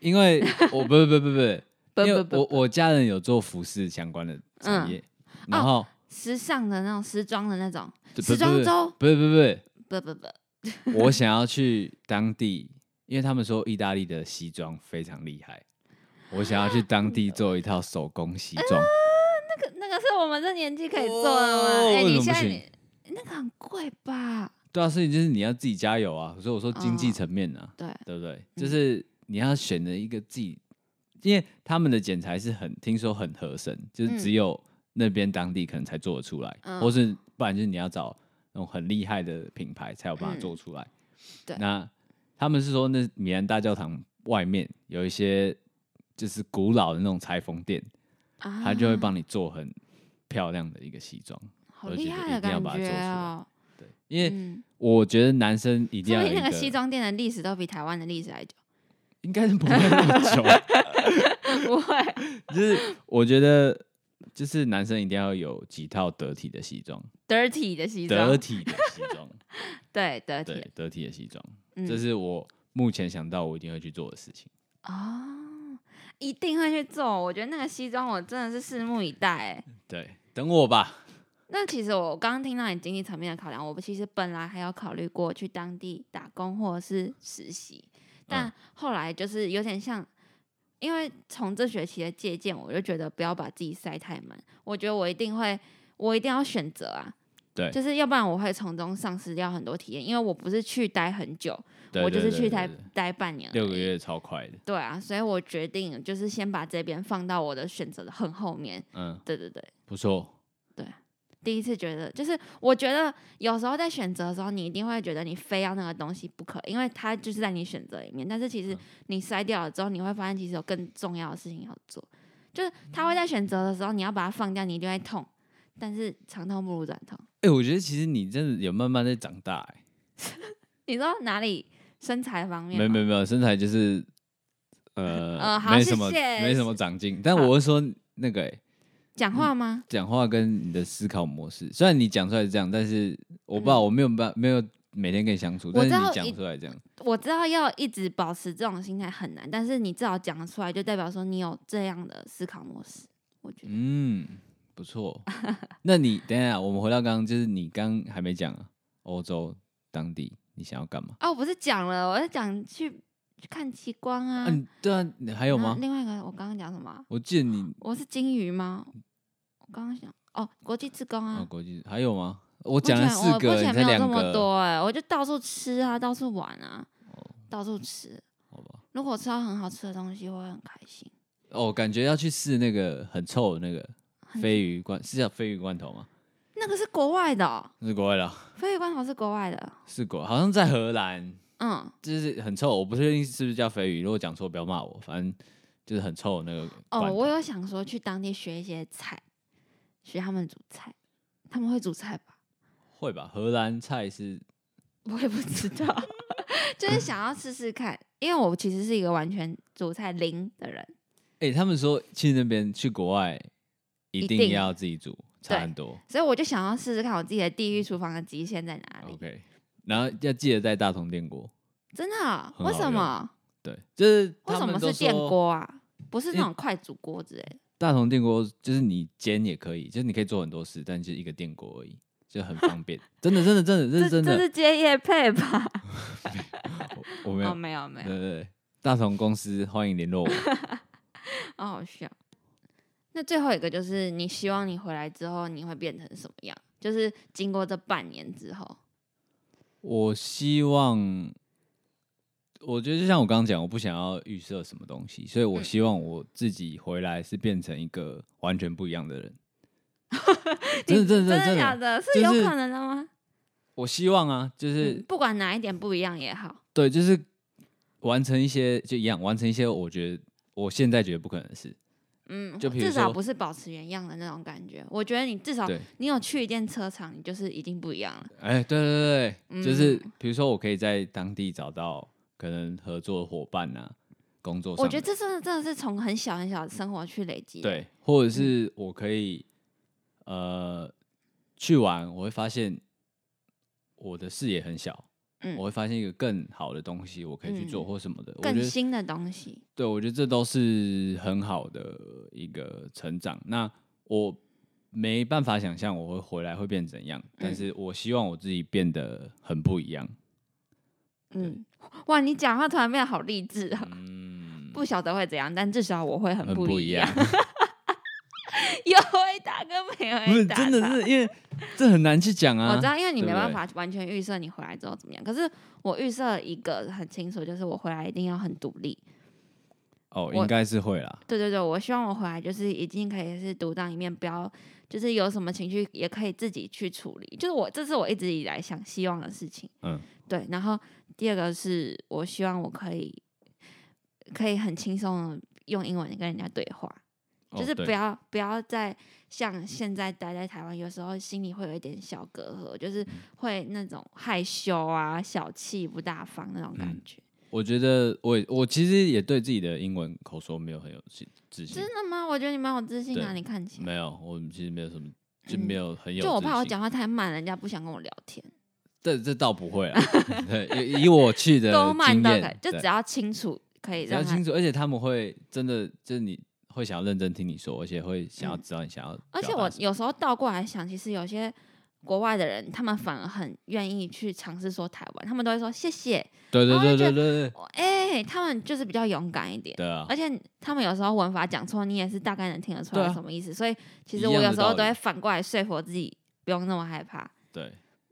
[SPEAKER 4] 因为我不不不不
[SPEAKER 3] 不
[SPEAKER 4] 不，
[SPEAKER 3] [laughs] 不
[SPEAKER 4] 因为
[SPEAKER 3] 不
[SPEAKER 4] 我我家人有做服饰相关的产
[SPEAKER 3] 嗯
[SPEAKER 4] 业，然后
[SPEAKER 3] 时尚的那种时装的那种
[SPEAKER 4] 不
[SPEAKER 3] 时
[SPEAKER 4] 不
[SPEAKER 3] 装
[SPEAKER 4] 不
[SPEAKER 3] 周，
[SPEAKER 4] 不不不，
[SPEAKER 3] 不不不，
[SPEAKER 4] 我想要去当地，因为他们说意大利的西装非常厉害，我想要去当地做一套手工西
[SPEAKER 3] 啊
[SPEAKER 4] 装。
[SPEAKER 3] 那个那个是我们这年纪可以做的吗？
[SPEAKER 4] 哦
[SPEAKER 3] 哎，
[SPEAKER 4] 为什
[SPEAKER 3] 你
[SPEAKER 4] 么
[SPEAKER 3] 现在
[SPEAKER 4] 不
[SPEAKER 3] 你那个很贵吧？
[SPEAKER 4] 对啊，所以就是你要自己加油啊。所以我说经济
[SPEAKER 3] 哦
[SPEAKER 4] 层面啊，
[SPEAKER 3] 对，
[SPEAKER 4] 对不对？
[SPEAKER 3] 嗯
[SPEAKER 4] 就是你要选择一个自己，因为他们的剪裁是很听说很合身，就是只
[SPEAKER 3] 嗯
[SPEAKER 4] 有那边当地可能才做得出来，
[SPEAKER 3] 嗯
[SPEAKER 4] 或是不然就是你要找那种很厉害的品牌才有办法
[SPEAKER 3] 嗯
[SPEAKER 4] 做出来。
[SPEAKER 3] 对
[SPEAKER 4] 那他们是说那米兰大教堂外面有一些就是古老的那种裁缝店，
[SPEAKER 3] 啊，
[SPEAKER 4] 他就会帮你做很漂亮的一个西装。
[SPEAKER 3] 好
[SPEAKER 4] 我就
[SPEAKER 3] 厉
[SPEAKER 4] 觉得
[SPEAKER 3] 害
[SPEAKER 4] 一
[SPEAKER 3] 的
[SPEAKER 4] 定要
[SPEAKER 3] 感
[SPEAKER 4] 把它做
[SPEAKER 3] 觉
[SPEAKER 4] 出来
[SPEAKER 3] 哦，
[SPEAKER 4] 对，因为
[SPEAKER 3] 嗯，
[SPEAKER 4] 我觉得男生一
[SPEAKER 3] 说
[SPEAKER 4] 定要有
[SPEAKER 3] 明
[SPEAKER 4] 一
[SPEAKER 3] 那
[SPEAKER 4] 个
[SPEAKER 3] 个西装店的历史都比台湾的历史还久，
[SPEAKER 4] 应该是不会那么久，
[SPEAKER 3] [laughs]
[SPEAKER 4] 啊
[SPEAKER 3] 不 [laughs] 会，
[SPEAKER 4] 就是我觉得，就是男生一定要有几套得体的西装，
[SPEAKER 3] dirty 的西装，
[SPEAKER 4] 得体的西装，
[SPEAKER 3] [laughs] 对得体
[SPEAKER 4] 对，得体的西装，
[SPEAKER 3] 嗯
[SPEAKER 4] 这是我目前想到我一定会去做的事情。
[SPEAKER 3] 哦，一定会去做。我觉得那个西装我真的是拭目以待、欸。
[SPEAKER 4] 对，等我吧。
[SPEAKER 3] 那其实我刚刚听到你经济层面的考量，我其实本来还有考虑过去当地打工或者是实习，
[SPEAKER 4] 嗯
[SPEAKER 3] 但后来就是有点像，因为从这学期的借鉴，我就觉得不要把自己塞太满。我觉得我一定会，我一定要选择啊，
[SPEAKER 4] 对，
[SPEAKER 3] 就是要不然我会从中丧失掉很多体验，因为我不是去待很久，
[SPEAKER 4] 对
[SPEAKER 3] 我就
[SPEAKER 4] 对
[SPEAKER 3] 是
[SPEAKER 4] 对
[SPEAKER 3] 去哎待
[SPEAKER 4] 对对
[SPEAKER 3] 待半年，
[SPEAKER 4] 六个。月超快的，
[SPEAKER 3] 对啊，所以我决定就是先把这边放到我的选择的很后面。
[SPEAKER 4] 嗯，
[SPEAKER 3] 对对对，
[SPEAKER 4] 不错，
[SPEAKER 3] 第一次觉得，就是我觉得有时候在选择的时候，你一定会觉得你非要那个东西不可，因为它就是在你选择里面。但是其实
[SPEAKER 4] 嗯
[SPEAKER 3] 你筛掉了之后，你会发现其实有更重要的事情要做。就是他会
[SPEAKER 4] 嗯
[SPEAKER 3] 在选择的时候，你要把它放掉，你一定会痛，但是长痛不如短痛。
[SPEAKER 4] 哎、我觉得其实你真的有慢慢在长大、欸，
[SPEAKER 3] 你说哪里身材方面
[SPEAKER 4] 没
[SPEAKER 3] 吗？
[SPEAKER 4] 没没有身材就是
[SPEAKER 3] [laughs]
[SPEAKER 4] 呃
[SPEAKER 3] 呃好
[SPEAKER 4] 没什么
[SPEAKER 3] 谢谢
[SPEAKER 4] 没什么长进，但我会说那个、欸、
[SPEAKER 3] 讲话吗？
[SPEAKER 4] 讲话跟你的思考模式，虽然你讲出来是这样，但是我不知道、我没有办没有每天跟你相处，但
[SPEAKER 3] 嗯知
[SPEAKER 4] 是
[SPEAKER 3] 道
[SPEAKER 4] 你
[SPEAKER 3] 一
[SPEAKER 4] 讲出来这样，
[SPEAKER 3] 我知道要一直保持这种心态很难，但是你至少讲得出来，就代表说你有这样的思考模式。我觉得，
[SPEAKER 4] 嗯，不错。那你 [laughs] 等一下我们回到刚刚，就是你刚还没讲啊，欧洲当地你想要干嘛？
[SPEAKER 3] 哦，我不是讲了，我是讲去去看极光啊。
[SPEAKER 4] 嗯、对啊，你还有
[SPEAKER 3] 然后
[SPEAKER 4] 吗？
[SPEAKER 3] 另外一个，我刚刚讲什么啊？
[SPEAKER 4] 我记得你
[SPEAKER 3] 我是金鱼吗？我刚刚想，哦，国际职工
[SPEAKER 4] 啊、
[SPEAKER 3] 啊。
[SPEAKER 4] 国际还有吗？我
[SPEAKER 3] 我
[SPEAKER 4] 讲了四
[SPEAKER 3] 我
[SPEAKER 4] 个，
[SPEAKER 3] 目
[SPEAKER 4] 你
[SPEAKER 3] 前没
[SPEAKER 4] 才
[SPEAKER 3] 有这
[SPEAKER 4] 两
[SPEAKER 3] 么
[SPEAKER 4] 个，
[SPEAKER 3] 多哎、我就到处吃啊，到处玩啊，
[SPEAKER 4] 哦
[SPEAKER 3] 到处吃。
[SPEAKER 4] 好吧。
[SPEAKER 3] 如果吃到很好吃的东西，我会很开心。
[SPEAKER 4] 哦，感觉要去试那个很臭的那个
[SPEAKER 3] 很
[SPEAKER 4] 鲱鱼罐，是叫鲱鱼罐头吗？
[SPEAKER 3] 那个是国外的、哦，
[SPEAKER 4] 是国外的啊，
[SPEAKER 3] 飞鱼罐头是国外的。
[SPEAKER 4] 是国，好像在荷兰，
[SPEAKER 3] 嗯，
[SPEAKER 4] 就是很臭。我不确定是不是叫鲱鱼，如果讲错不要骂我，反正就是很臭的那个罐
[SPEAKER 3] 哦，
[SPEAKER 4] 头。
[SPEAKER 3] 我有想说去当地学一些菜，学他们煮菜，他们会煮菜吧？ [laughs]
[SPEAKER 4] 会吧？荷兰菜是
[SPEAKER 3] 我也不知道， [laughs] 就是想要试试看，因为我其实是一个完全煮菜零的人。
[SPEAKER 4] 哎、他们说去那边去国外一
[SPEAKER 3] 一
[SPEAKER 4] 定
[SPEAKER 3] 定
[SPEAKER 4] 要自己煮，差
[SPEAKER 3] 对
[SPEAKER 4] 很多。
[SPEAKER 3] 所以我就想要试试看我自己的地狱厨房的极限在哪里。
[SPEAKER 4] OK，然后要记得带大同电锅。
[SPEAKER 3] 真的啊、
[SPEAKER 4] 很
[SPEAKER 3] 为
[SPEAKER 4] 好
[SPEAKER 3] 什
[SPEAKER 4] 用
[SPEAKER 3] 么？
[SPEAKER 4] 对，就是
[SPEAKER 3] 为
[SPEAKER 4] 他
[SPEAKER 3] 什
[SPEAKER 4] 们
[SPEAKER 3] 么
[SPEAKER 4] 都
[SPEAKER 3] 是电
[SPEAKER 4] 说
[SPEAKER 3] 锅啊？不是
[SPEAKER 4] 因
[SPEAKER 3] 那
[SPEAKER 4] 为
[SPEAKER 3] 种快煮锅之类的。
[SPEAKER 4] 大同电锅就是你煎也可以，就是你可以做很多事，但就一个电锅而已，就很方便。真的，真的，真的，这是真
[SPEAKER 3] 这
[SPEAKER 4] 的。
[SPEAKER 3] 是接夜配吧？
[SPEAKER 4] 我我没
[SPEAKER 3] 哦，
[SPEAKER 4] 有，
[SPEAKER 3] 没有没
[SPEAKER 4] 对
[SPEAKER 3] 有，
[SPEAKER 4] 对对，大同公司欢迎联络我。
[SPEAKER 3] 好哦好笑。那最后一个就是，你希望你回来之后你会变成什么样？就是经过这半年之后，
[SPEAKER 4] 我希望，我觉得就像我刚刚讲，我不想要预设什么东西，所以我
[SPEAKER 3] 嗯
[SPEAKER 4] 希望我自己回来是变成一个完全不一样的
[SPEAKER 3] [laughs]
[SPEAKER 4] 人。真的，
[SPEAKER 3] 你
[SPEAKER 4] 真的，
[SPEAKER 3] 真
[SPEAKER 4] 真的，
[SPEAKER 3] 假
[SPEAKER 4] 真的，
[SPEAKER 3] 的？
[SPEAKER 4] 就是
[SPEAKER 3] 有可能的吗？
[SPEAKER 4] 我希望啊，就是、
[SPEAKER 3] 嗯不管哪一点不一样也好，
[SPEAKER 4] 对，就是完成一些就一样，完成一些我觉得我现在觉得不可能的事。
[SPEAKER 3] 嗯，
[SPEAKER 4] 就比如
[SPEAKER 3] 至少
[SPEAKER 4] 说
[SPEAKER 3] 不是保持原样的那种感觉。我觉得你至少
[SPEAKER 4] 对，
[SPEAKER 3] 你有去一间车厂，你就是已经不一样了。
[SPEAKER 4] 哎，对对对，
[SPEAKER 3] 嗯
[SPEAKER 4] 就是比如说，我可以在当地找到可能合作伙伴呐、工作上的，
[SPEAKER 3] 我觉得这真的真的是从很小很小的生活去累积。，
[SPEAKER 4] 对，或者
[SPEAKER 3] 嗯
[SPEAKER 4] 是我可以、呃去玩，我会发现我的视野很小，
[SPEAKER 3] 嗯
[SPEAKER 4] 我会发现一个更好的东西，我可以去
[SPEAKER 3] 嗯
[SPEAKER 4] 做或什么的。我觉
[SPEAKER 3] 更
[SPEAKER 4] 得
[SPEAKER 3] 新的东西。
[SPEAKER 4] 对，我觉得这都是很好的一个成长。那我没办法想象我会回来会变怎样，但
[SPEAKER 3] 嗯
[SPEAKER 4] 是我希望我自己变得很不一样。
[SPEAKER 3] 嗯，哇，你讲话突然变得好励志啊！
[SPEAKER 4] 嗯，
[SPEAKER 3] 不晓得会怎样，但至少我会很
[SPEAKER 4] 很不
[SPEAKER 3] 一。
[SPEAKER 4] 一样，
[SPEAKER 3] [laughs] 有回答跟没
[SPEAKER 4] [laughs] 不
[SPEAKER 3] 回
[SPEAKER 4] 是
[SPEAKER 3] 答，
[SPEAKER 4] 真的是因为这很难去讲啊。
[SPEAKER 3] 我知道，因为你
[SPEAKER 4] 对
[SPEAKER 3] 没
[SPEAKER 4] 不
[SPEAKER 3] 办
[SPEAKER 4] 对
[SPEAKER 3] 法完全预设你回来之后怎么样。可是我预设一个很清楚，就是我回来一定要很独立。
[SPEAKER 4] 哦，
[SPEAKER 3] 我
[SPEAKER 4] 应该是会啦。
[SPEAKER 3] 对对对，我希望我回来就是已经可以是独当一面，不要就是有什么情绪也可以自己去处理。就是我这是我一直以来想希望的事情。
[SPEAKER 4] 嗯，
[SPEAKER 3] 对。然后第二个是我希望我可以可以很轻松的用英文跟人家对话，
[SPEAKER 4] 哦
[SPEAKER 3] 就是
[SPEAKER 4] 对
[SPEAKER 3] 不要不要再像现在待在台湾，有时候心里会有一点小隔阂，就是
[SPEAKER 4] 嗯
[SPEAKER 3] 会那种害羞啊、小气、不大方那种感
[SPEAKER 4] 嗯
[SPEAKER 3] 觉。
[SPEAKER 4] 我觉得我也我其实也对自己的英文口说没有很有自自信
[SPEAKER 3] 真，的吗？我觉得你蛮有自信啊，
[SPEAKER 4] 对
[SPEAKER 3] 你看起来。
[SPEAKER 4] 没有，我其实没有什么，就
[SPEAKER 3] 嗯
[SPEAKER 4] 没有很有。
[SPEAKER 3] 就我怕我，讲话太慢，人家不想跟我聊天。
[SPEAKER 4] 这这倒
[SPEAKER 3] [laughs]
[SPEAKER 4] 不会啊。对，以以我去的
[SPEAKER 3] 都慢
[SPEAKER 4] 经
[SPEAKER 3] 都可以
[SPEAKER 4] 验，，
[SPEAKER 3] 就
[SPEAKER 4] 对
[SPEAKER 3] 只要清楚可以
[SPEAKER 4] 只要
[SPEAKER 3] 让他
[SPEAKER 4] 清。楚，而且他们会真的就是你会想要认真听你说，而且会想要知道你想要表达
[SPEAKER 3] 嗯而
[SPEAKER 4] 什
[SPEAKER 3] 且
[SPEAKER 4] 么。
[SPEAKER 3] 我有时候倒过来想，其实有些国外的人，他们反而很愿意去尝试说台湾，他们都会说谢谢。
[SPEAKER 4] 对对
[SPEAKER 3] 我会
[SPEAKER 4] 对
[SPEAKER 3] 觉
[SPEAKER 4] 对对对
[SPEAKER 3] 我哎、他们就是比较勇敢一点。
[SPEAKER 4] 对啊
[SPEAKER 3] 而！且他们有时候文法讲错，你也是大概能听得出
[SPEAKER 4] 对
[SPEAKER 3] 来
[SPEAKER 4] 啊
[SPEAKER 3] 什么意思。所以其
[SPEAKER 4] 一
[SPEAKER 3] 实我
[SPEAKER 4] 样
[SPEAKER 3] 有
[SPEAKER 4] 的
[SPEAKER 3] 时候
[SPEAKER 4] 道
[SPEAKER 3] 都
[SPEAKER 4] 理
[SPEAKER 3] 会反过来说服自己，不用那么害怕。
[SPEAKER 4] 对，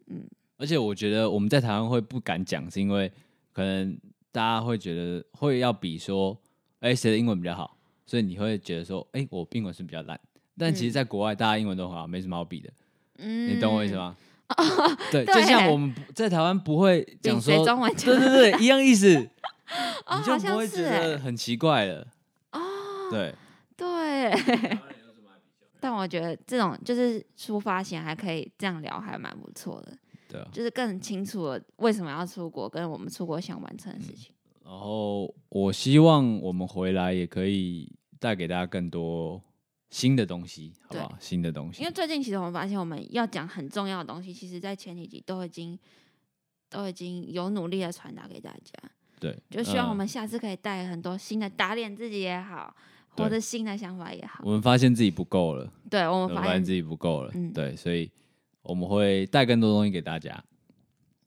[SPEAKER 3] 嗯
[SPEAKER 4] 嗯，而且我觉得我们在台湾会不敢讲，是因为可能大家会觉得会要比说，哎、谁的英文比较好，所以你会觉得说，哎、我英文是比较烂。但其实，
[SPEAKER 3] 嗯
[SPEAKER 4] 在国外，大家英文都很好，没什么好比的。
[SPEAKER 3] 嗯，哦
[SPEAKER 4] 你懂我意思？吗？对，
[SPEAKER 3] 对
[SPEAKER 4] 就像我们不在台湾不会讲
[SPEAKER 3] 比谁
[SPEAKER 4] 说，
[SPEAKER 3] 中文
[SPEAKER 4] 对对对，一样意思，
[SPEAKER 3] [laughs] 哦，好
[SPEAKER 4] 你就不
[SPEAKER 3] 像
[SPEAKER 4] 会
[SPEAKER 3] 是
[SPEAKER 4] 觉
[SPEAKER 3] 哎、
[SPEAKER 4] 得很奇怪了。
[SPEAKER 3] 哦，
[SPEAKER 4] 对，
[SPEAKER 3] [laughs] 对。但我觉得这种就是出发前还可以这样聊，还蛮不错的，
[SPEAKER 4] 对啊。
[SPEAKER 3] 就是更清楚了为什么要出国，跟我们出国想完成的事情。
[SPEAKER 4] 然后我希望我们回来也可以带给大家更多新的东西，好不好？新的东西，
[SPEAKER 3] 因为最近其实我们发现，我们要讲很重要的东西，其实在前几集都已经都已经有努力的传达给大家。
[SPEAKER 4] 对，
[SPEAKER 3] 就希望我
[SPEAKER 4] 嗯
[SPEAKER 3] 们下次可以带很多新的打脸自己也好，
[SPEAKER 4] 对
[SPEAKER 3] 或者新的想法也好
[SPEAKER 4] 我。们发现自己不够了，
[SPEAKER 3] 对我
[SPEAKER 4] 我
[SPEAKER 3] 们
[SPEAKER 4] 们
[SPEAKER 3] 发
[SPEAKER 4] 发现
[SPEAKER 3] 现
[SPEAKER 4] 自己不够了，
[SPEAKER 3] 嗯
[SPEAKER 4] 对，所以我们会带更多东西给大家。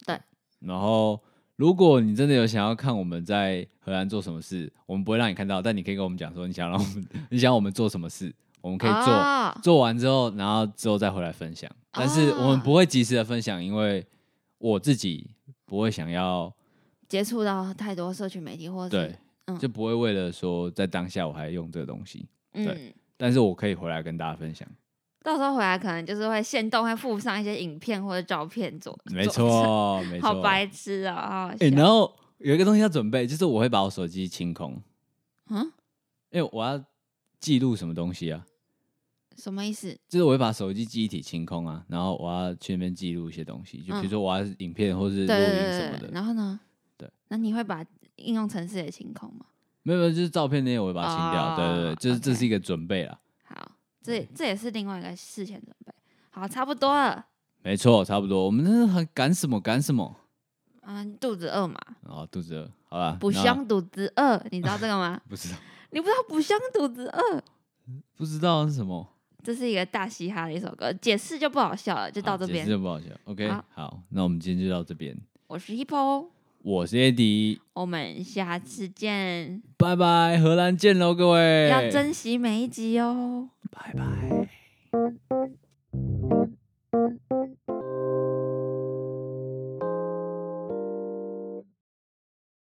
[SPEAKER 3] 对，
[SPEAKER 4] 然后如果你真的有想要看我们在荷兰做什么事，我们不会让你看到，但你可以跟我们讲说你想让我们， [laughs] 你想我们做什么事，我们可以做。
[SPEAKER 3] [laughs] 哦
[SPEAKER 4] 做完之后，然后之后再回来分享，
[SPEAKER 3] 啊
[SPEAKER 4] 但是我们不会及时的分享，因为我自己不会想要，
[SPEAKER 3] 接触到太多社群媒体或者
[SPEAKER 4] 对
[SPEAKER 3] 是，嗯
[SPEAKER 4] 就不会为了说在当下我还用这个东西，
[SPEAKER 3] 嗯
[SPEAKER 4] 对，但是我可以回来跟大家分享。
[SPEAKER 3] 到时候回来可能就是会限动会附上一些影片或者照片做，
[SPEAKER 4] 没
[SPEAKER 3] [laughs] 做，
[SPEAKER 4] 错，没错。
[SPEAKER 3] 好白痴啊！好好
[SPEAKER 4] 哎、
[SPEAKER 3] 笑
[SPEAKER 4] 然后有一个东西要准备，就是我会把我手机清空，
[SPEAKER 3] 嗯，
[SPEAKER 4] 因为我要记录什么东西啊，
[SPEAKER 3] 什么意思？
[SPEAKER 4] 就是我会把手机记忆体清空啊，然后我要去那边记录一些东西，就比
[SPEAKER 3] 嗯
[SPEAKER 4] 如说我要影片或是
[SPEAKER 3] 对
[SPEAKER 4] 录
[SPEAKER 3] 对
[SPEAKER 4] 音什
[SPEAKER 3] 对
[SPEAKER 4] 么
[SPEAKER 3] 对
[SPEAKER 4] 的，
[SPEAKER 3] 对，然后呢？
[SPEAKER 4] 对，
[SPEAKER 3] 那你会把应用程式也清空吗？
[SPEAKER 4] 没有没有，就是照片那些我会把它清掉，对对对，
[SPEAKER 3] 哦
[SPEAKER 4] 就是这
[SPEAKER 3] OK
[SPEAKER 4] 是一个准备啦，
[SPEAKER 3] 好，这这也是另外一个事前准备。好，差不多了。
[SPEAKER 4] 没错，差不多，我们真的很赶什么赶什么，
[SPEAKER 3] 嗯，肚子饿嘛，
[SPEAKER 4] 然后肚子饿，好吧，
[SPEAKER 3] 补
[SPEAKER 4] 那
[SPEAKER 3] 香肚子饿，你知道这个吗？ [laughs]
[SPEAKER 4] 不知道
[SPEAKER 3] 你不知道“补香肚子饿
[SPEAKER 4] 不知道是什么，”
[SPEAKER 3] 这是一个大嘻哈的一首歌，解释就不好笑了，就到
[SPEAKER 4] 好
[SPEAKER 3] 这
[SPEAKER 4] 解
[SPEAKER 3] 边
[SPEAKER 4] 释。就不好笑，OK，
[SPEAKER 3] 好
[SPEAKER 4] 好，那我们今天就到这边，
[SPEAKER 3] 我是 Hippo，
[SPEAKER 4] 我是 AD，
[SPEAKER 3] 我们下次见，
[SPEAKER 4] 拜拜，荷兰见喽，各位，
[SPEAKER 3] 要珍惜每一集哦。
[SPEAKER 2] 拜拜。